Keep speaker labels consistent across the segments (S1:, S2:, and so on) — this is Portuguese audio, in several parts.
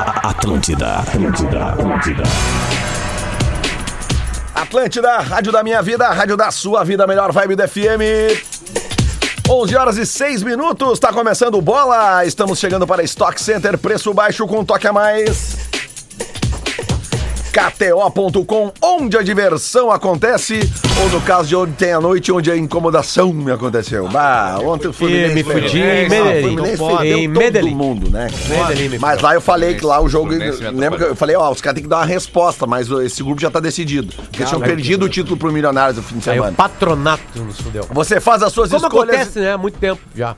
S1: Atlântida, Atlântida, Atlântida.
S2: Atlântida, rádio da minha vida, rádio da sua vida, melhor vibe do FM. 11 horas e 6 minutos, tá começando o bola. Estamos chegando para Stock Center, preço baixo com um toque a mais. KTO.com, onde a diversão acontece, ou no caso de ontem à noite, onde a incomodação me aconteceu. Bah, ontem o Fluminense.
S3: me fudi
S2: perdeu.
S3: em
S2: Ah,
S3: Medellín.
S2: o Fluminense
S3: Não pode.
S2: fudeu
S3: Em
S2: todo
S3: Medellín.
S2: mundo, né?
S3: Medellín, me
S2: Mas lá eu falei que lá o jogo.
S4: Fluminense me
S2: Lembra que eu falei, ó, os caras têm que dar uma resposta, mas esse grupo já tá decidido. Porque eles tinham perdido o título pro Milionários no fim de
S3: Aí o
S2: semana.
S3: patronato nos fudeu.
S2: Você faz as suas
S3: Como
S2: escolhas.
S3: acontece, né? Há muito tempo já.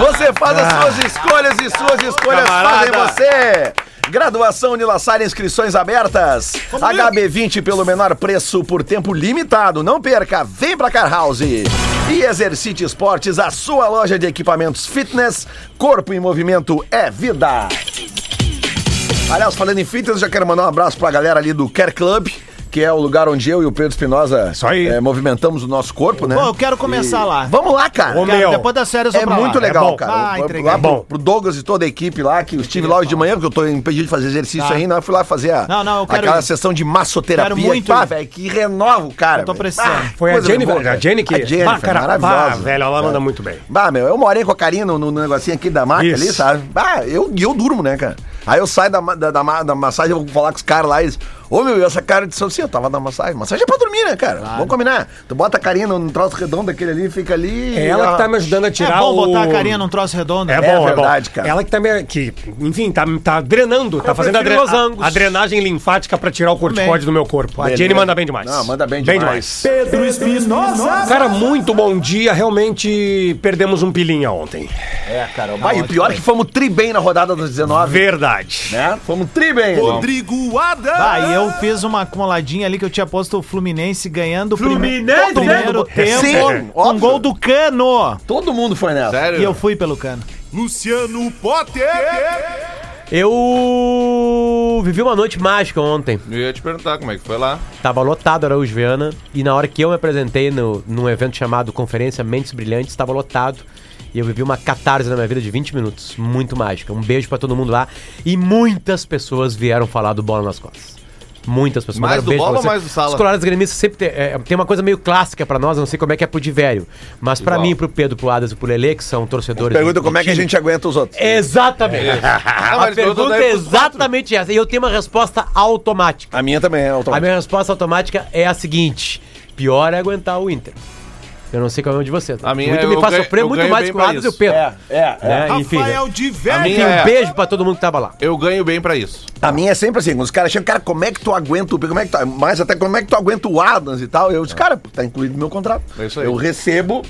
S2: Você faz as suas escolhas e suas escolhas
S3: Camarada.
S2: fazem você. Graduação Unila Sara, inscrições abertas. HB20 pelo menor preço por tempo limitado. Não perca, vem pra Car House. E Exercite Esportes, a sua loja de equipamentos fitness. Corpo em movimento é vida. Aliás, falando em fitness, já quero mandar um abraço pra galera ali do Care Club. Que é o lugar onde eu e o Pedro Espinosa
S5: aí.
S2: eh, movimentamos o nosso corpo, né?
S6: Bom, eu quero começar lá.
S2: Vamos lá, cara.
S5: Ô,
S6: Cara,
S5: meu,
S6: depois das férias eu
S2: É
S6: vou pra
S2: muito
S6: lá.
S2: legal,
S5: bom.
S2: cara.
S6: Ah,
S2: Eu-
S6: entreguei.
S2: lá pro,
S5: Bom.
S2: pro Douglas e toda a equipe lá, que eu estive lá hoje de manhã, porque eu tô impedido de fazer exercício
S6: Tá.
S2: ainda. Eu fui lá fazer a-
S6: Não, não, eu quero
S2: aquela
S6: ir.
S2: sessão de massoterapia.
S6: Quero muito
S2: Pá,
S6: ir.
S2: velho, que renova o cara.
S6: Eu tô
S2: velho.
S6: precisando.
S2: Bah,
S5: Foi a
S2: coisa
S5: Jennifer,
S2: boa, né?
S5: a Jenny que-
S2: A Jennifer,
S5: Bah, cara,
S2: maravilhosa. É.
S5: bah, velho, ela manda muito bem.
S2: Bah, meu, eu morei com a Karina no, no negocinho aqui da maca
S5: Isso.
S2: ali, sabe? Bah, eu, eu durmo, né, cara? Aí eu saio da, ma- da, da, ma- da massagem, eu vou falar com os caras lá, eles... Ô, meu, e essa cara de assim, eu tava na massagem. Massagem é pra dormir, né, cara? Vamos combinar. Tu bota a Karina num troço redondo daquele ali, fica ali...
S5: É
S2: e
S5: ela que tá me ajudando a tirar
S6: é bom botar
S5: o-
S6: a carinha num troço redondo.
S5: É,
S6: né?
S5: bom, é
S2: verdade,
S5: bom.
S2: cara.
S5: Ela que tá, me, que, enfim, tá, tá drenando, tá fazendo a, dre-
S3: prefiro
S5: a,
S3: losangos.
S5: a drenagem linfática pra tirar o corticóide
S6: Também.
S5: do meu corpo. A
S2: Beleza.
S5: Jenny manda bem demais.
S2: Não, manda bem demais.
S5: Pedro Espinosa. Cara, muito bom dia. Realmente perdemos um pilinha ontem.
S2: É, cara. Vai, o pior é que fomos tri bem na rodada dos 19.
S5: Verdade.
S2: Né? Fomos tri bem.
S4: Rodrigo Adam.
S6: Bah, e eu fiz uma acumuladinha ali que eu tinha posto o Fluminense ganhando o prime-
S2: Fluminense!
S6: primeiro
S2: Todo mundo-
S6: tempo
S2: Sim,
S6: com
S2: óbvio.
S6: um gol do Cano.
S2: Todo mundo foi nessa.
S4: Sério?
S6: E eu fui pelo Cano.
S4: Luciano Potter.
S3: Eu vivi uma noite mágica ontem.
S4: Eu ia te perguntar como é que foi lá.
S3: Tava lotado Araújo Viana e na hora que eu me apresentei no, num evento chamado Conferência Mentes Brilhantes, tava lotado. E eu vivi uma catarse na minha vida de 20 minutos, muito mágica. Um beijo pra todo mundo lá e muitas pessoas vieram falar do Bola nas Costas. Muitas pessoas.
S4: Mais
S3: Mandaram
S4: do
S3: beijo pra
S4: Bola ou
S3: você.
S4: mais do Sala?
S3: Os colorados gremistas sempre tem, é, tem uma coisa meio clássica pra nós, eu não sei como é que é pro Diverio, mas pra
S4: Igual.
S3: mim, pro Pedro, pro Adas e pro Lele, que são torcedores.
S2: Pergunta
S3: do-
S2: como
S3: do
S2: é que a
S3: time.
S2: gente aguenta os outros.
S3: Exatamente.
S4: Ah,
S3: A
S4: mas perguntou
S3: pergunta
S4: daí
S3: é
S4: pros quatro.
S3: exatamente essa. E eu tenho uma resposta automática.
S2: A minha também é
S3: A
S2: automática.
S3: minha resposta automática é a seguinte: pior é aguentar o Inter. Eu não sei qual é o de vocês.
S4: A minha,
S3: o Inter
S4: eu
S3: me faz
S4: ganho-
S3: sofrer
S4: eu
S3: muito
S4: ganho
S3: mais
S4: bem
S3: que o
S4: pra
S3: Adas e o
S4: isso. é.
S3: Pedro.
S2: É, é.
S3: Né? Enfim, né?
S4: Rafael de Velho.
S3: Enfim, um beijo pra todo mundo que tava lá.
S4: Eu ganho bem pra isso.
S2: A minha é sempre assim, quando os caras chegam, cara, como é que tu aguenta o como é que tu, mais até como é que tu aguenta o Adams e tal? Eu disse, cara, tá incluído no meu contrato.
S4: É isso aí.
S2: Eu recebo,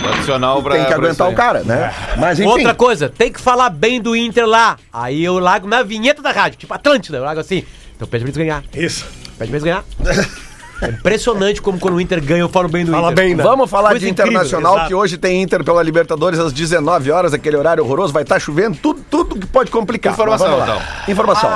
S4: Tradicional pra
S2: tem que
S4: pra isso
S2: aguentar
S4: aí. É.
S2: o cara, né? Mas enfim.
S3: Outra coisa, tem que falar bem do Inter lá. Aí eu lago na vinheta da rádio, tipo Atlântida, eu lago assim. Então pede pra eles ganhar,
S5: Isso.
S3: pede pra eles ganhar. É impressionante como quando o Inter ganha, eu falo bem do
S5: Fala
S3: Inter.
S5: bem, né?
S2: Vamos falar
S3: Coisa
S2: de
S3: incrível,
S2: internacional,
S3: exato.
S2: que hoje tem Inter pela Libertadores às 19 horas, aquele horário horroroso, vai estar chovendo, tudo, tudo que pode complicar.
S4: Informação, então.
S2: Mas vamos lá. Informação.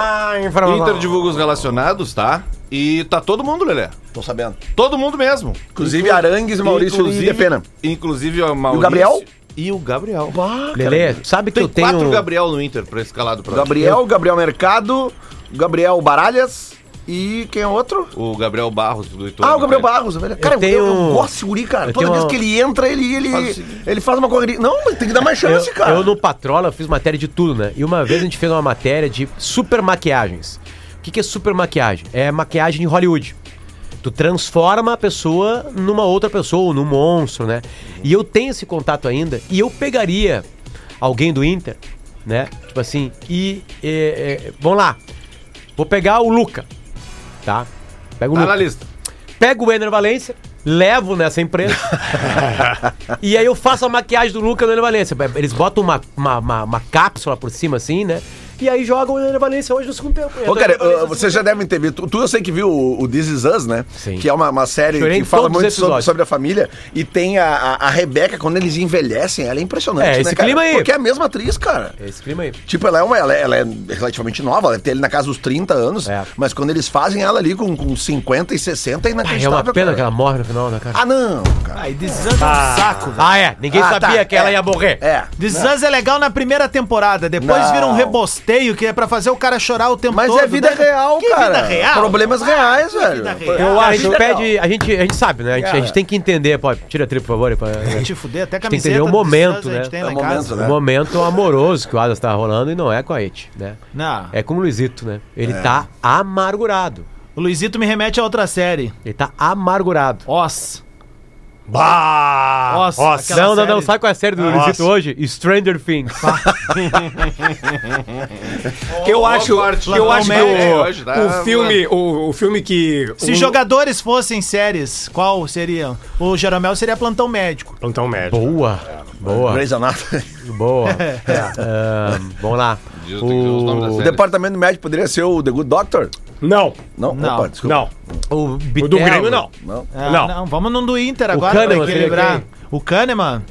S5: Ah,
S4: Inter divulga os relacionados, tá? E tá todo mundo, Lelé.
S2: Tô sabendo.
S4: Todo mundo mesmo.
S2: Inclusive Arangues, Maurício
S4: inclusive,
S2: e Depena.
S4: Inclusive o Maurício.
S2: Gabriel?
S4: E o Gabriel.
S3: Lelê, sabe que eu tenho...
S4: Quatro Gabriel no Inter pra escalado pra
S2: um- Gabriel, Gabriel Mercado, Gabriel Baralhas e quem é outro?
S4: O Gabriel Barros do Ituano.
S2: Ah, o Gabriel Barros, velho. Cara, eu,
S3: tenho-
S2: eu, gosto de guri, cara.
S3: eu
S2: Toda
S3: tenho
S2: vez
S3: uma- assim.
S2: que ele entra, ele, ele,
S4: Faz o
S2: faz
S4: seguinte.
S2: ele faz uma correria. Não, mas tem que dar mais
S3: Eu,
S2: chance, cara.
S3: eu no Patrola fiz matéria de tudo, né? E uma vez a gente fez uma matéria de super maquiagens. O que, que é super maquiagem? É maquiagem de Hollywood. Tu transforma a pessoa numa outra pessoa, num monstro, né? E eu tenho esse contato ainda. E eu pegaria alguém do Inter, né? Tipo assim, e. é, é, vamos lá. Vou pegar o Luca, tá? Pega o
S4: Tá
S3: Luca.
S4: na lista.
S3: Pego o Ener Valência, levo nessa empresa. e aí eu faço a maquiagem do Luca no Ener Valência. Eles botam uma, uma, uma- uma cápsula por cima, assim, né? E aí joga o Ener Valência hoje no segundo tempo. é
S2: Ô, cara,
S3: Entra o Ener Valencia
S2: uh,
S3: no
S2: vocês já devem ter visto. Tu, tu eu sei que viu o, o This Is Us, né?
S3: Sim.
S2: Que é uma, uma série
S3: Chorei em
S2: que fala
S3: todos os
S2: muito sobre,
S3: episódios.
S2: sobre a família. E tem a, a, a Rebeca, quando eles envelhecem, ela é impressionante,
S3: É,
S2: né,
S3: esse
S2: cara?
S3: clima aí.
S2: Porque é a mesma atriz, cara.
S3: segundo- Esse clima aí.
S2: Tipo, ela é, uma, ela, é, ela é relativamente nova, ela deve ter ali na casa dos 30 anos,
S3: É.
S2: mas quando eles fazem ela ali com, com 50 e 60 é
S3: Ah, é
S2: inacreditável.
S3: uma pena
S2: cara.
S3: que ela morre no final, né, cara?
S2: Ah, não, cara.
S6: Aí desanda um saco, velho.
S3: Ah, é. Ninguém
S2: Ah,
S3: sabia
S2: tá,
S3: que ela
S2: é.
S3: ia morrer.
S2: É.
S6: Desans é legal na primeira temporada, depois
S2: Não.
S6: vira um rebosteio que é pra fazer o cara chorar o tempo
S2: Mas
S6: todo.
S2: é vida
S6: né?
S2: real,
S6: Que
S2: cara.
S6: vida real? Ah,
S2: Problemas reais, velho.
S6: vida
S2: Pô,
S6: real.
S3: Eu
S6: Ah,
S3: acho. A gente
S2: acho
S3: pede. A gente, a gente sabe, né? A gente, a gente tem que entender. Pô, tira a trilha, por favor. pra-
S6: Vai Te fuder, até
S3: tem que
S6: camiseta.
S3: entender o
S6: do
S3: momento,
S6: Desans a gente
S3: né?
S6: tem
S3: É
S6: lá
S2: o
S6: em casa.
S2: momento, É né?
S3: O momento amoroso que o Adas tá rolando e não é com a It, né?
S6: Não.
S3: É com o Luizito, né? Ele
S2: É.
S3: tá amargurado.
S6: O Luizito me remete a outra série.
S3: Ele tá amargurado.
S6: Os.
S5: Bah!
S6: Os.
S5: Nossa.
S6: aquela
S3: não, não, não,
S6: série.
S3: sabe qual é a série do
S5: Nossa.
S3: Luizito hoje? Stranger Things.
S5: Eu acho,
S4: corte.
S5: eu acho que
S4: Lamento.
S5: o,
S4: Hoje tá-
S5: o filme, o, o filme que
S6: Se
S5: o
S6: jogadores fossem séries, qual seria? O Jeromel seria plantão médico.
S5: plantão médico.
S3: boa. Boa.
S2: Grey's Anatomy.
S3: Boa.
S5: É.
S3: Ahn, vamos lá.
S4: Diz, tem que dizer os nomes da
S3: O,
S2: O
S4: série.
S2: departamento médico poderia ser o The Good Doctor?
S5: Não,
S2: Não,
S6: Não.
S2: opa, desculpa.
S5: não.
S3: o,
S5: O do
S3: Bitello.
S5: Grêmio não.
S2: Não.
S6: Ah,
S5: Não.
S6: Vamos no do Inter agora
S3: Kahneman
S6: pra
S3: seria
S6: equilibrar.
S3: quem?
S6: O Kahneman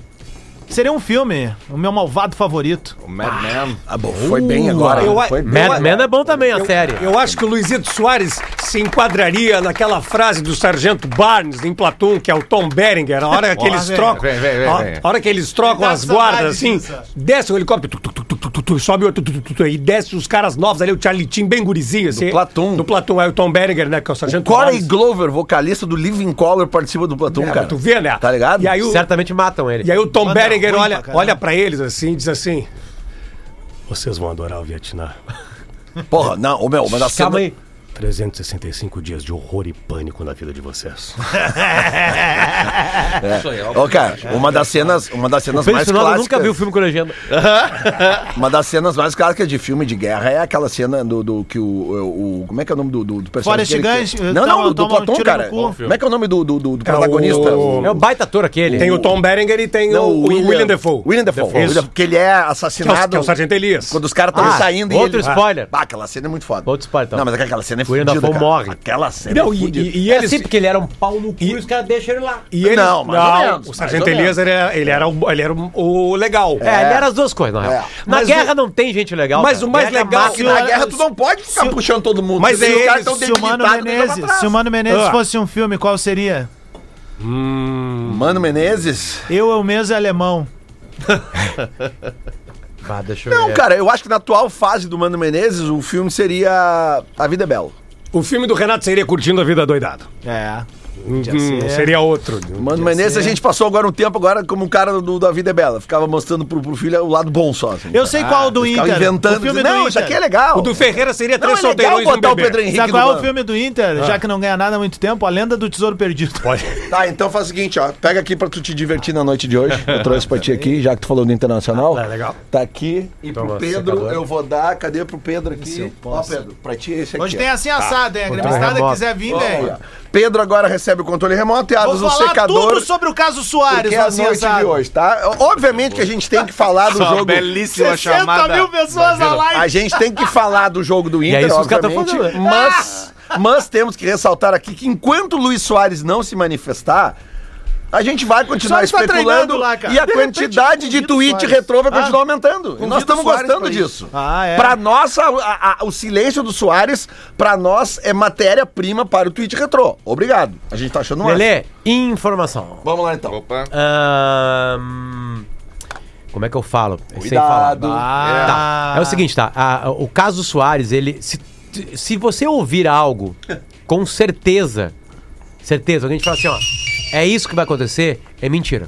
S6: seria um filme, o meu malvado favorito.
S4: O Mad Men.
S2: Ah, bom, foi bem agora.
S5: Uh, Eu a-
S2: foi bem.
S3: Mad Men é bom também, a série.
S5: Eu acho que o Luizito Soares se enquadraria naquela frase do Sargento Barnes em Platão, que é o Tom Berenger, a hora que
S6: Ó,
S5: eles
S6: vem,
S5: trocam.
S4: vem, vem, vem,
S5: a-
S4: vem.
S5: A hora que eles
S6: Me
S5: trocam
S6: dá
S5: as guardas, assim,
S6: saudade disso.
S5: desce o helicóptero, tu, tu, tu, tu, tu, tu, sobe outro, tu, tu, tu, tu, e desce os caras novos ali, o Charlie Tim bem gurizinho, assim.
S2: Platão.
S5: Do Platão, é o Tom Berenger, né, que é o Sargento
S2: Corey Glover, vocalista do Living Color, participa do Platão,
S5: É,
S2: cara.
S5: mas tu vê, né?
S2: Tá ligado?
S5: E aí o,
S3: Certamente matam ele.
S5: E aí o Tom
S6: Banda
S5: Berenger
S6: é ruim
S5: olha,
S6: pra caralho.
S5: olha pra eles assim e diz assim: Vocês vão adorar o Vietnã.
S2: Porra, não, ô meu, mas a cena...
S3: Calma aí.
S5: 365 dias de horror e pânico na vida de vocês. É.
S2: Ô, cara, uma das cenas, uma das cenas mais
S3: Penso, não,
S2: clássicas...
S3: nunca vi o filme com legenda.
S4: É
S2: Uma das cenas mais clássicas de filme de guerra é aquela cena do, do que o, o- o- Como é que é o nome do, do, do personagem?
S6: Forrest
S2: dele que-
S6: Gump,
S2: Não,
S6: toma-
S2: não, do, do
S6: toma um
S2: Platão,
S6: tiro no
S2: cara.
S6: cu.
S2: Como é que é o nome do, do, do- do protagonista?
S5: o-
S3: É
S4: um
S3: o baita ator aquele.
S5: Tem o Tom Berenger e tem
S2: Não,
S5: o, o William, Defoe.
S2: William Defoe.
S5: Isso.
S2: William- Que ele é
S5: Que é o-
S2: assassinado...
S5: que é o Sargento Elias.
S2: Quando os caras estão
S3: Ah,
S2: saindo
S3: outro
S2: ele-
S3: spoiler.
S2: Ah, aquela cena é muito foda.
S3: Outro spoiler, então.
S2: Não, mas aquela cena é
S3: William
S2: fodida,
S3: Dafoe
S2: cara.
S3: morre.
S2: Aquela cena
S5: Não,
S2: é
S5: e,
S2: fodida.
S5: e, e eles.
S3: É assim, porque ele era um pau no cu e, os caras deixam ele lá.
S5: e eles-
S2: Não, mais ou menos,
S5: o
S2: mais
S5: Sargento
S2: ou
S5: Elias era, ele era, o, ele era o- o legal.
S3: É, ele era as duas coisas, na real. Na
S5: É. Mas
S3: guerra não tem gente legal.
S5: mas
S3: cara.
S5: o mais
S3: Guerra
S5: legal- é
S3: mata-
S2: Porque na guerra tu não pode ficar puxando todo mundo.
S5: Mas
S2: Tu vê
S5: é
S2: os caras
S5: eles,
S2: tão
S6: Se o Mano
S2: debilitados, deixa pra
S6: Menezes,
S2: trás.
S6: se o Mano Menezes
S5: Ah.
S6: fosse um filme, qual seria?
S2: Mano Menezes...
S6: Eu, eu mesmo e alemão.
S3: Ah, deixa eu
S2: Não,
S3: ver.
S2: cara, eu acho que na atual fase do Mano Menezes, o filme seria A Vida é Bela.
S5: O filme do Renato seria Curtindo a Vida Doidado.
S6: É.
S5: Hum,
S6: ser.
S5: seria outro.
S2: Mano Menezes, a gente passou agora um tempo agora como um cara do, da Vida é Bela. Ficava mostrando pro, pro filho o lado bom só. assim.
S6: Eu sei qual do
S2: Ficava
S6: Inter.
S2: inventando.
S6: o filme
S2: não,
S6: do
S2: isso
S6: Inter.
S2: aqui é legal.
S5: O do Ferreira seria
S2: Não,
S5: Três
S2: é legal
S5: Solteirões e um
S2: botar o
S5: Bebê.
S2: Pedro Henrique
S6: Sabe qual é
S2: no
S6: o filme do Inter?
S3: Ah.
S6: Já que não ganha nada há muito tempo, A Lenda do Tesouro Perdido.
S5: Pode.
S2: Tá, então faz o seguinte, ó. Pega aqui pra tu te divertir na noite de hoje. Eu trouxe pra ti aqui, já que tu falou do Internacional.
S5: Ah, tá, legal.
S2: Tá aqui. E
S6: Então
S2: pro
S3: Toma,
S2: Pedro
S3: secador.
S2: eu vou dar. Cadê pro Pedro aqui?
S6: eu
S2: Ó,
S6: posso.
S2: Pedro, pra ti é esse aqui.
S6: Hoje
S2: ó.
S6: tem assim assado, hein? A gremistada
S3: remoto.
S6: quiser vir,
S2: Aí,
S6: velho.
S2: ó. Pedro agora recebe o controle remoto e
S6: Vou
S2: abre o
S6: falar
S2: secador.
S6: tudo sobre o caso Soares
S2: Porque é
S6: no
S2: a
S6: assim
S2: noite de
S6: assado.
S2: hoje, tá? Obviamente que a gente tem que falar do
S4: Só
S2: jogo.
S4: belíssima
S6: 60
S4: chamada.
S6: mil pessoas na
S2: A
S6: live.
S2: gente tem que falar do jogo do Inter,
S3: é isso que os caras tão
S2: obviamente,
S3: falando, né?
S2: mas, mas temos que ressaltar aqui que enquanto o Luiz Soares não se manifestar, a gente vai continuar
S6: Soares tá
S2: especulando
S6: treinando lá, cara.
S2: e a
S6: De repente,
S2: quantidade de
S6: convida o
S2: tweet
S6: Soares.
S2: retrô vai
S6: Ah,
S2: continuar aumentando. E nós estamos
S6: o Soares
S2: gostando
S6: pra isso.
S2: disso.
S6: Ah, é.
S2: Pra nós, a- a- a- o silêncio do Soares, pra nós, é matéria-prima para o tweet retrô. Obrigado. A gente tá achando um
S3: Lelê, informação.
S2: Vamos lá então.
S4: Opa.
S3: Ahn, Como é que eu falo? Sem falar.
S2: Cuidado.
S3: Tá. É o seguinte, tá? A- o caso Soares, ele. Se, se você ouvir algo, com certeza, certeza, alguém te fala assim, ó, é isso que vai acontecer, é mentira.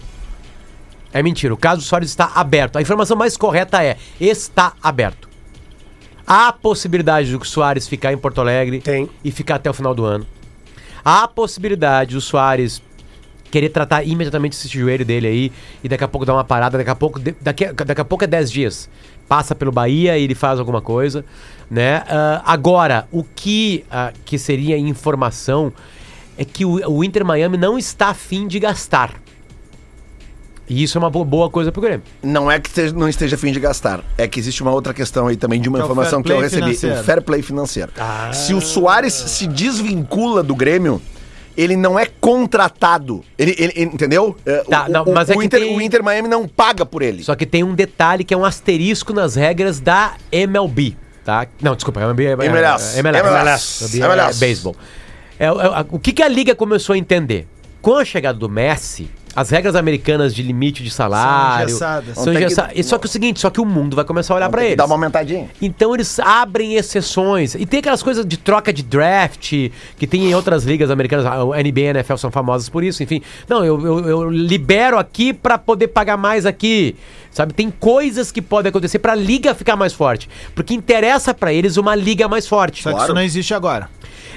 S3: É mentira. O caso Soares está aberto. A informação mais correta é: está aberto. Há possibilidade do Soares ficar em Porto Alegre
S5: Tem.
S3: e ficar até o final do ano. Há possibilidade do Soares querer tratar imediatamente esse joelho dele aí e daqui a pouco dar uma parada, daqui a pouco, de- daqui, a- daqui a pouco é 10 dias. Passa pelo Bahia e ele faz alguma coisa, né? Ah, agora, o que, ah, que seria informação é que o, o Inter Miami não está afim de gastar. E isso é uma bo- boa coisa pro Grêmio.
S2: Não é que esteja- não esteja a fim de gastar. É que existe uma outra questão aí também de uma
S6: Que é o
S2: informação
S6: fair
S2: que eu
S6: play
S2: recebi.
S6: financeiro.
S2: O fair play financeiro.
S3: Ah.
S2: Se o Soares se desvincula do Grêmio, ele não é contratado. Ele, ele- ele- entendeu? É, o-
S3: Tá,
S2: o,
S3: não, mas
S2: o
S3: é que
S2: Inter,
S3: tem-
S2: o Inter Miami não paga por ele.
S3: Só que tem um detalhe que é um asterisco nas regras da MLB, tá? Não, desculpa, MLB é é-
S2: MLS.
S3: é MLS.
S2: MLS.
S3: MLB é
S2: MLS.
S3: beisebol. É, é, a- o que, que a liga começou a entender? Com a chegada do Messi, as regras americanas de limite de salário
S6: engessadas.
S3: são
S2: Não tem
S3: engessa-
S2: que-
S3: e Só que é o seguinte, só que o mundo vai começar a olhar pra
S2: Tem que
S3: eles.
S2: Dá uma aumentadinha.
S3: Então eles abrem exceções. E tem aquelas coisas de troca de draft que tem em outras ligas americanas. A NBA e a NFL são famosas por isso, enfim. Não, eu, eu- eu libero aqui pra poder pagar mais aqui. Sabe, tem coisas que podem acontecer pra liga ficar mais forte. Porque interessa pra eles uma liga mais forte.
S6: Só que isso não existe agora.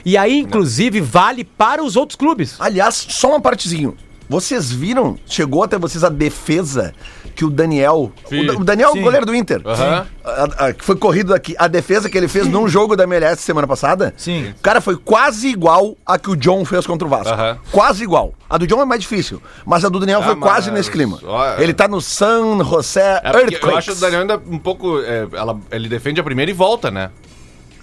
S3: E aí, inclusive, vale para os outros
S6: Ah,
S3: clubes.
S2: Aliás, só uma partezinho. Vocês viram? Chegou até vocês a defesa que o Daniel. O, Da- o Daniel,
S6: Sim.
S2: o goleiro do Inter.
S4: Aham.
S2: A- a- que foi corrido aqui. A defesa que ele fez num jogo da MLS semana passada.
S6: Sim.
S2: O cara foi quase igual a que o John fez contra o Vasco.
S4: Aham.
S2: Quase igual. A do John é mais difícil. Mas a do Daniel
S4: Ah,
S2: foi quase
S4: mas-
S2: nesse clima.
S4: ó, é.
S2: Ele tá no San José
S4: É porque
S2: Earthquakes.
S4: eu acho o Daniel ainda um pouco. é, ela- ele defende a primeira e volta, né?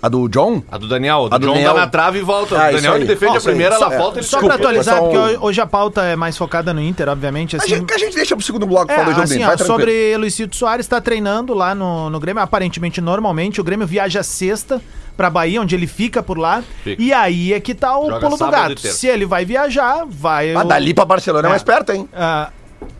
S2: A do John?
S4: A do Daniel. A
S2: A
S4: do
S2: do
S4: John
S2: Daniel.
S4: dá na trave e volta.
S2: Ah,
S4: o
S2: isso
S4: Daniel
S2: aí.
S4: ele defende
S2: Ah,
S4: a
S2: isso aí.
S4: primeira, ela
S2: Só- um-
S4: volta, ele
S6: Só
S2: Desculpa,
S6: pra atualizar,
S2: pessoal-
S6: porque ho- hoje a pauta é mais focada no Inter, obviamente.
S2: A
S6: Assim,
S2: gente, a gente deixa pro segundo bloco
S6: É,
S2: falar do jogo
S6: assim,
S2: dele.
S6: ó,
S2: Vai tranquilo.
S6: sobre Luizito Soares está treinando lá no, no Grêmio, aparentemente normalmente. O Grêmio viaja sexta pra Bahia, onde ele fica por lá.
S4: Fica.
S6: E aí é que tá o
S4: Joga
S6: pulo do
S4: sábado e
S6: gato.
S4: terça.
S6: Se ele vai viajar, vai.
S2: Ah,
S6: o-
S2: dali pra Barcelona é,
S6: É.
S2: mais perto, hein?
S6: Ah,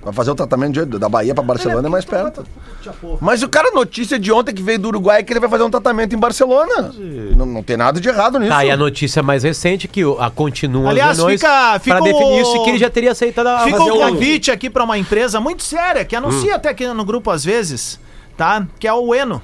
S2: Vai fazer o tratamento de- da Bahia pra Barcelona é mais perto.
S6: Chapô.
S2: Mas o cara, notícia de ontem que veio do Uruguai é que ele vai fazer um tratamento em Barcelona. Não, não tem nada de errado nisso.
S3: Tá, e a notícia mais recente que o- a continua
S6: Aliás,
S3: as reuniões
S6: fica- fica
S3: pra
S6: o-
S3: definir isso e que ele já teria aceitado a
S6: Fica
S3: fazer um
S6: o
S3: o-
S6: convite aqui pra uma empresa muito séria, que anuncia
S3: Hum.
S6: até aqui no grupo às vezes, tá? Que é o Eno.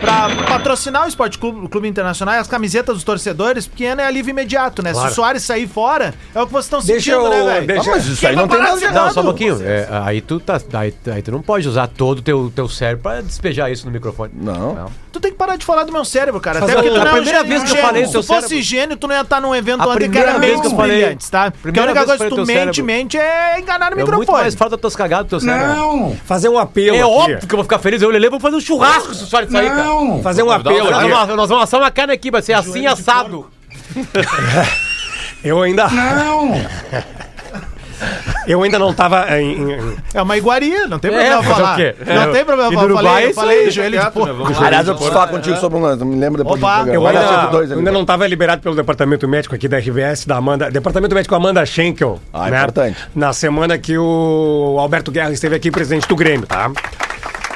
S6: Pra patrocinar o Esporte Clube, o Clube Internacional e as camisetas dos torcedores, porque Eno é alívio imediato, né? Se o Soares sair fora, é o que vocês estão sentindo,
S5: Deixa eu-
S6: né, velho?
S2: Ah, mas isso aí
S6: Quem
S2: não tem
S6: vai parar
S2: nada
S6: de
S2: de
S6: ser
S2: errado.
S3: Não, só um pouquinho. É, aí, tu tá, aí, aí tu não pode usar todo o teu, teu cérebro pra despejar isso no microfone. É
S2: Não.
S6: Tu tem que parar de falar do meu cérebro, cara.
S3: Fazer
S6: Até porque
S3: um-
S6: tu não
S3: a
S6: é um
S3: primeira
S6: gênio,
S3: vez que eu
S6: gênio.
S3: falei do teu
S6: Se fosse
S3: cérebro.
S6: gênio, tu não ia estar num evento
S3: A
S6: onde que
S3: primeira
S6: era
S3: vez que eu
S6: mentes
S3: falei-
S6: brilhantes, tá? Porque a
S3: Primeira
S6: única
S3: vez que
S6: coisa que tu
S3: eu falei do teu
S6: mente, mente
S3: cérebro.
S6: é enganar o
S3: É muito
S6: microfone.
S3: mais fácil das tuas cagadas do teu cérebro.
S7: Não,
S5: Fazer um apelo.
S3: É
S5: aqui.
S3: óbvio que eu vou ficar feliz. Eu e o Lelê vamos fazer um churrasco se o Soares sair, cara.
S7: não.
S5: Fazer um apelo.
S3: Nós
S5: aqui.
S3: vamos, nós vamos assar uma carne aqui, vai ser assim assado.
S5: Eu ainda,
S7: Não,
S5: eu ainda não tava eh, em- em-
S6: É uma iguaria, não tem
S3: É,
S6: problema
S3: fazer
S6: falar.
S3: o quê?
S6: Não
S3: É,
S6: tem problema
S3: e
S6: falar.
S3: no
S6: Eu
S3: Uruguai é
S6: falei, eu
S3: isso
S6: falei
S3: aí,
S6: joelho de
S4: quieto, né?
S6: porco.
S4: Vamos-
S2: Aliás, eu preciso falar contigo sobre um lance. Me lembra depois
S6: Opa,
S2: do
S5: Ah, Eu
S2: programa.
S5: ainda,
S2: Olha a dois
S5: eu
S2: ali.
S5: ainda não estava liberado pelo departamento médico aqui da RBS, da Amanda. Departamento médico Amanda Schenkel. né?
S2: Ah, é importante.
S5: Na semana que o Alberto Guerra esteve aqui, presidente do Grêmio, tá?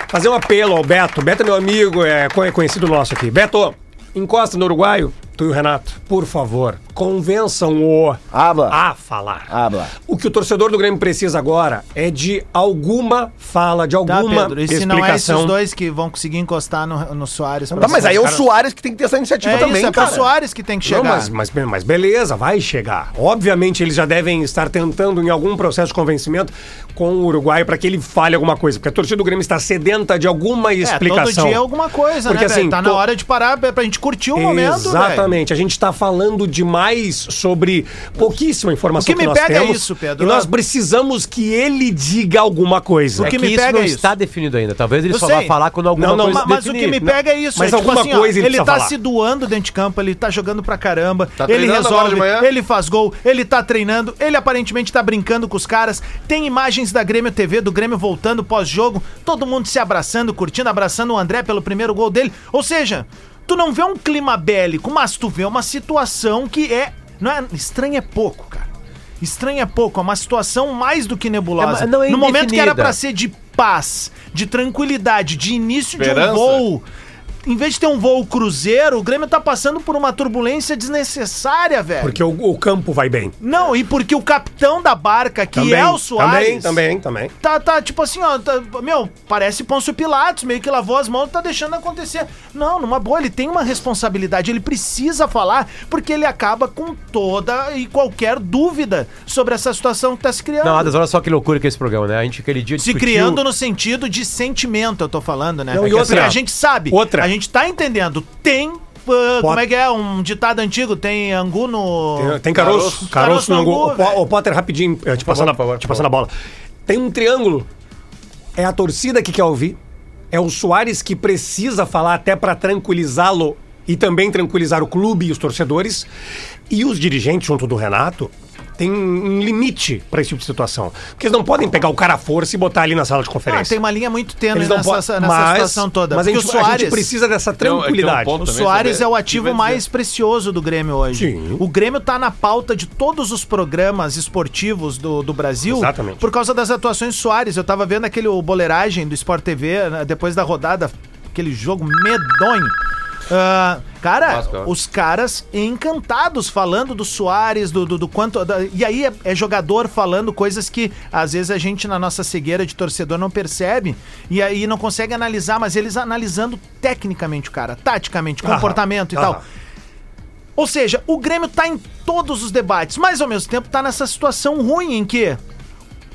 S5: Fazer um apelo ao Beto. Beto é meu amigo, é co- é conhecido nosso aqui. Beto, encosta no uruguaio, tu e o Renato, por favor, convençam o
S2: Habla.
S5: a falar.
S2: Habla.
S5: O que o torcedor do Grêmio precisa agora é de alguma fala, de
S6: Tá,
S5: alguma
S6: Pedro, e se não é
S5: explicação.
S6: esses dois que vão conseguir encostar no, no Soares? pra
S2: Tá, mas
S6: ser-
S2: aí é o
S6: cara-
S2: Soares que tem que ter essa iniciativa
S6: É
S2: também,
S6: isso, é pro
S2: cara.
S6: Soares que tem que chegar. É,
S5: Não, mas, mas, mas beleza, vai chegar. Obviamente eles já devem estar tentando em algum processo de convencimento com o Uruguai para que ele fale alguma coisa, porque a torcida do Grêmio está sedenta de alguma
S6: É,
S5: explicação.
S6: todo dia é alguma coisa,
S5: Porque,
S6: né, velho?
S5: assim,
S6: Tá
S5: to-
S6: na hora de parar pra, pra gente curtir o momento, velho.
S5: Exatamente. A gente está falando demais sobre pouquíssima informação
S6: O que me
S5: nós
S6: pega é
S5: temos,
S6: isso, Pedro.
S5: E nós precisamos que ele diga alguma coisa.
S6: O que
S3: é
S6: me
S3: isso
S6: pega
S3: não
S6: é isso.
S3: está definido ainda. Talvez ele
S6: Eu
S3: só
S6: sei.
S3: vá falar quando alguma
S5: Não, não,
S3: coisa
S6: Ma- mas o que me
S3: definir. né?
S6: pega é isso,
S5: Mas
S6: é,
S5: alguma
S6: ó,
S5: coisa ele
S6: ele tá
S5: precisa falar.
S6: se doando dentro de campo, ele tá jogando pra caramba, ele
S4: Tá treinando agora
S6: resolve,
S4: de manhã?
S6: ele faz gol, ele tá treinando, ele aparentemente tá brincando com os caras. Tem imagens da Grêmio TV, do Grêmio voltando pós-jogo, todo mundo se abraçando, curtindo, abraçando o André pelo primeiro gol dele. Ou seja, tu não vê um clima bélico, mas tu vê uma situação que é, não é estranha é pouco, cara. Estranha é pouco, é uma situação mais do que nebulosa.
S3: É, mas não é
S6: no momento que era
S3: indefinida.
S6: pra ser de paz, de tranquilidade, de início de
S4: Esperança.
S6: um voo, em vez de ter um voo cruzeiro, o Grêmio tá passando por uma turbulência desnecessária, velho.
S5: Porque o, o campo vai bem.
S6: Não, e porque o capitão da barca, que é o Soares.
S5: Também, também, também.
S6: Tá, tá, tipo assim, ó, tá- meu, parece Pôncio Pilatos, meio que lavou as mãos, tá deixando acontecer. Não, numa boa, ele tem uma responsabilidade, ele precisa falar, porque ele acaba com toda e qualquer dúvida sobre essa situação que tá se criando.
S3: Não, Adas, olha só que loucura que é esse programa, né? A gente aquele dia
S6: Se
S3: discutiu-
S6: criando no sentido de sentimento, eu tô falando, né?
S5: Não, e
S6: Porque
S5: outra-
S6: a gente sabe,
S5: outra.
S6: a gente tá entendendo, tem... uh, Como é que é? Um ditado antigo, tem angu no...
S5: Tem, tem caroço. Caroço,
S6: Caroço no
S5: no angu.
S6: angu,
S5: O Po-
S6: velho.
S4: Tá
S5: O, Potter, rapidinho, eh, te passando, a- te passando a bola. Tem um triângulo. É a torcida que quer ouvir. É o Soares que precisa falar até para tranquilizá-lo e também tranquilizar o clube e os torcedores. E os dirigentes, junto do Renato, tem um limite para esse tipo de situação. Porque eles não podem pegar o cara à força e botar ali na sala de
S6: Ah,
S5: conferência.
S6: tem uma linha muito tênue
S5: Eles não
S6: nessa, nessa
S5: podem- mas-
S6: situação toda.
S5: Mas a
S6: Porque
S5: gente, a gente precisa dessa
S4: Não, é que tem um
S5: tranquilidade.
S4: ponto
S6: O
S4: também,
S6: Soares
S4: sabe?
S6: é o
S4: Tive
S6: ativo
S4: a
S6: mais precioso do Grêmio hoje.
S5: Sim.
S6: O Grêmio tá na pauta de todos os programas esportivos do, do Brasil
S5: Exatamente.
S6: por causa das atuações do Soares. Eu tava vendo aquele o boleiragem do Sport TV né, depois da rodada, aquele jogo medonho. Ah, cara,
S4: Vasco, né?
S6: os caras encantados falando do Soares, do, do, do quanto. da- e aí é, é jogador falando coisas que às vezes a gente na nossa cegueira de torcedor não percebe e aí não consegue analisar, mas eles analisando tecnicamente o cara, taticamente,
S5: Aham,
S6: comportamento e
S5: aham.
S6: tal. Ou seja, o Grêmio tá em todos os debates, mas ao mesmo tempo tá nessa situação ruim em que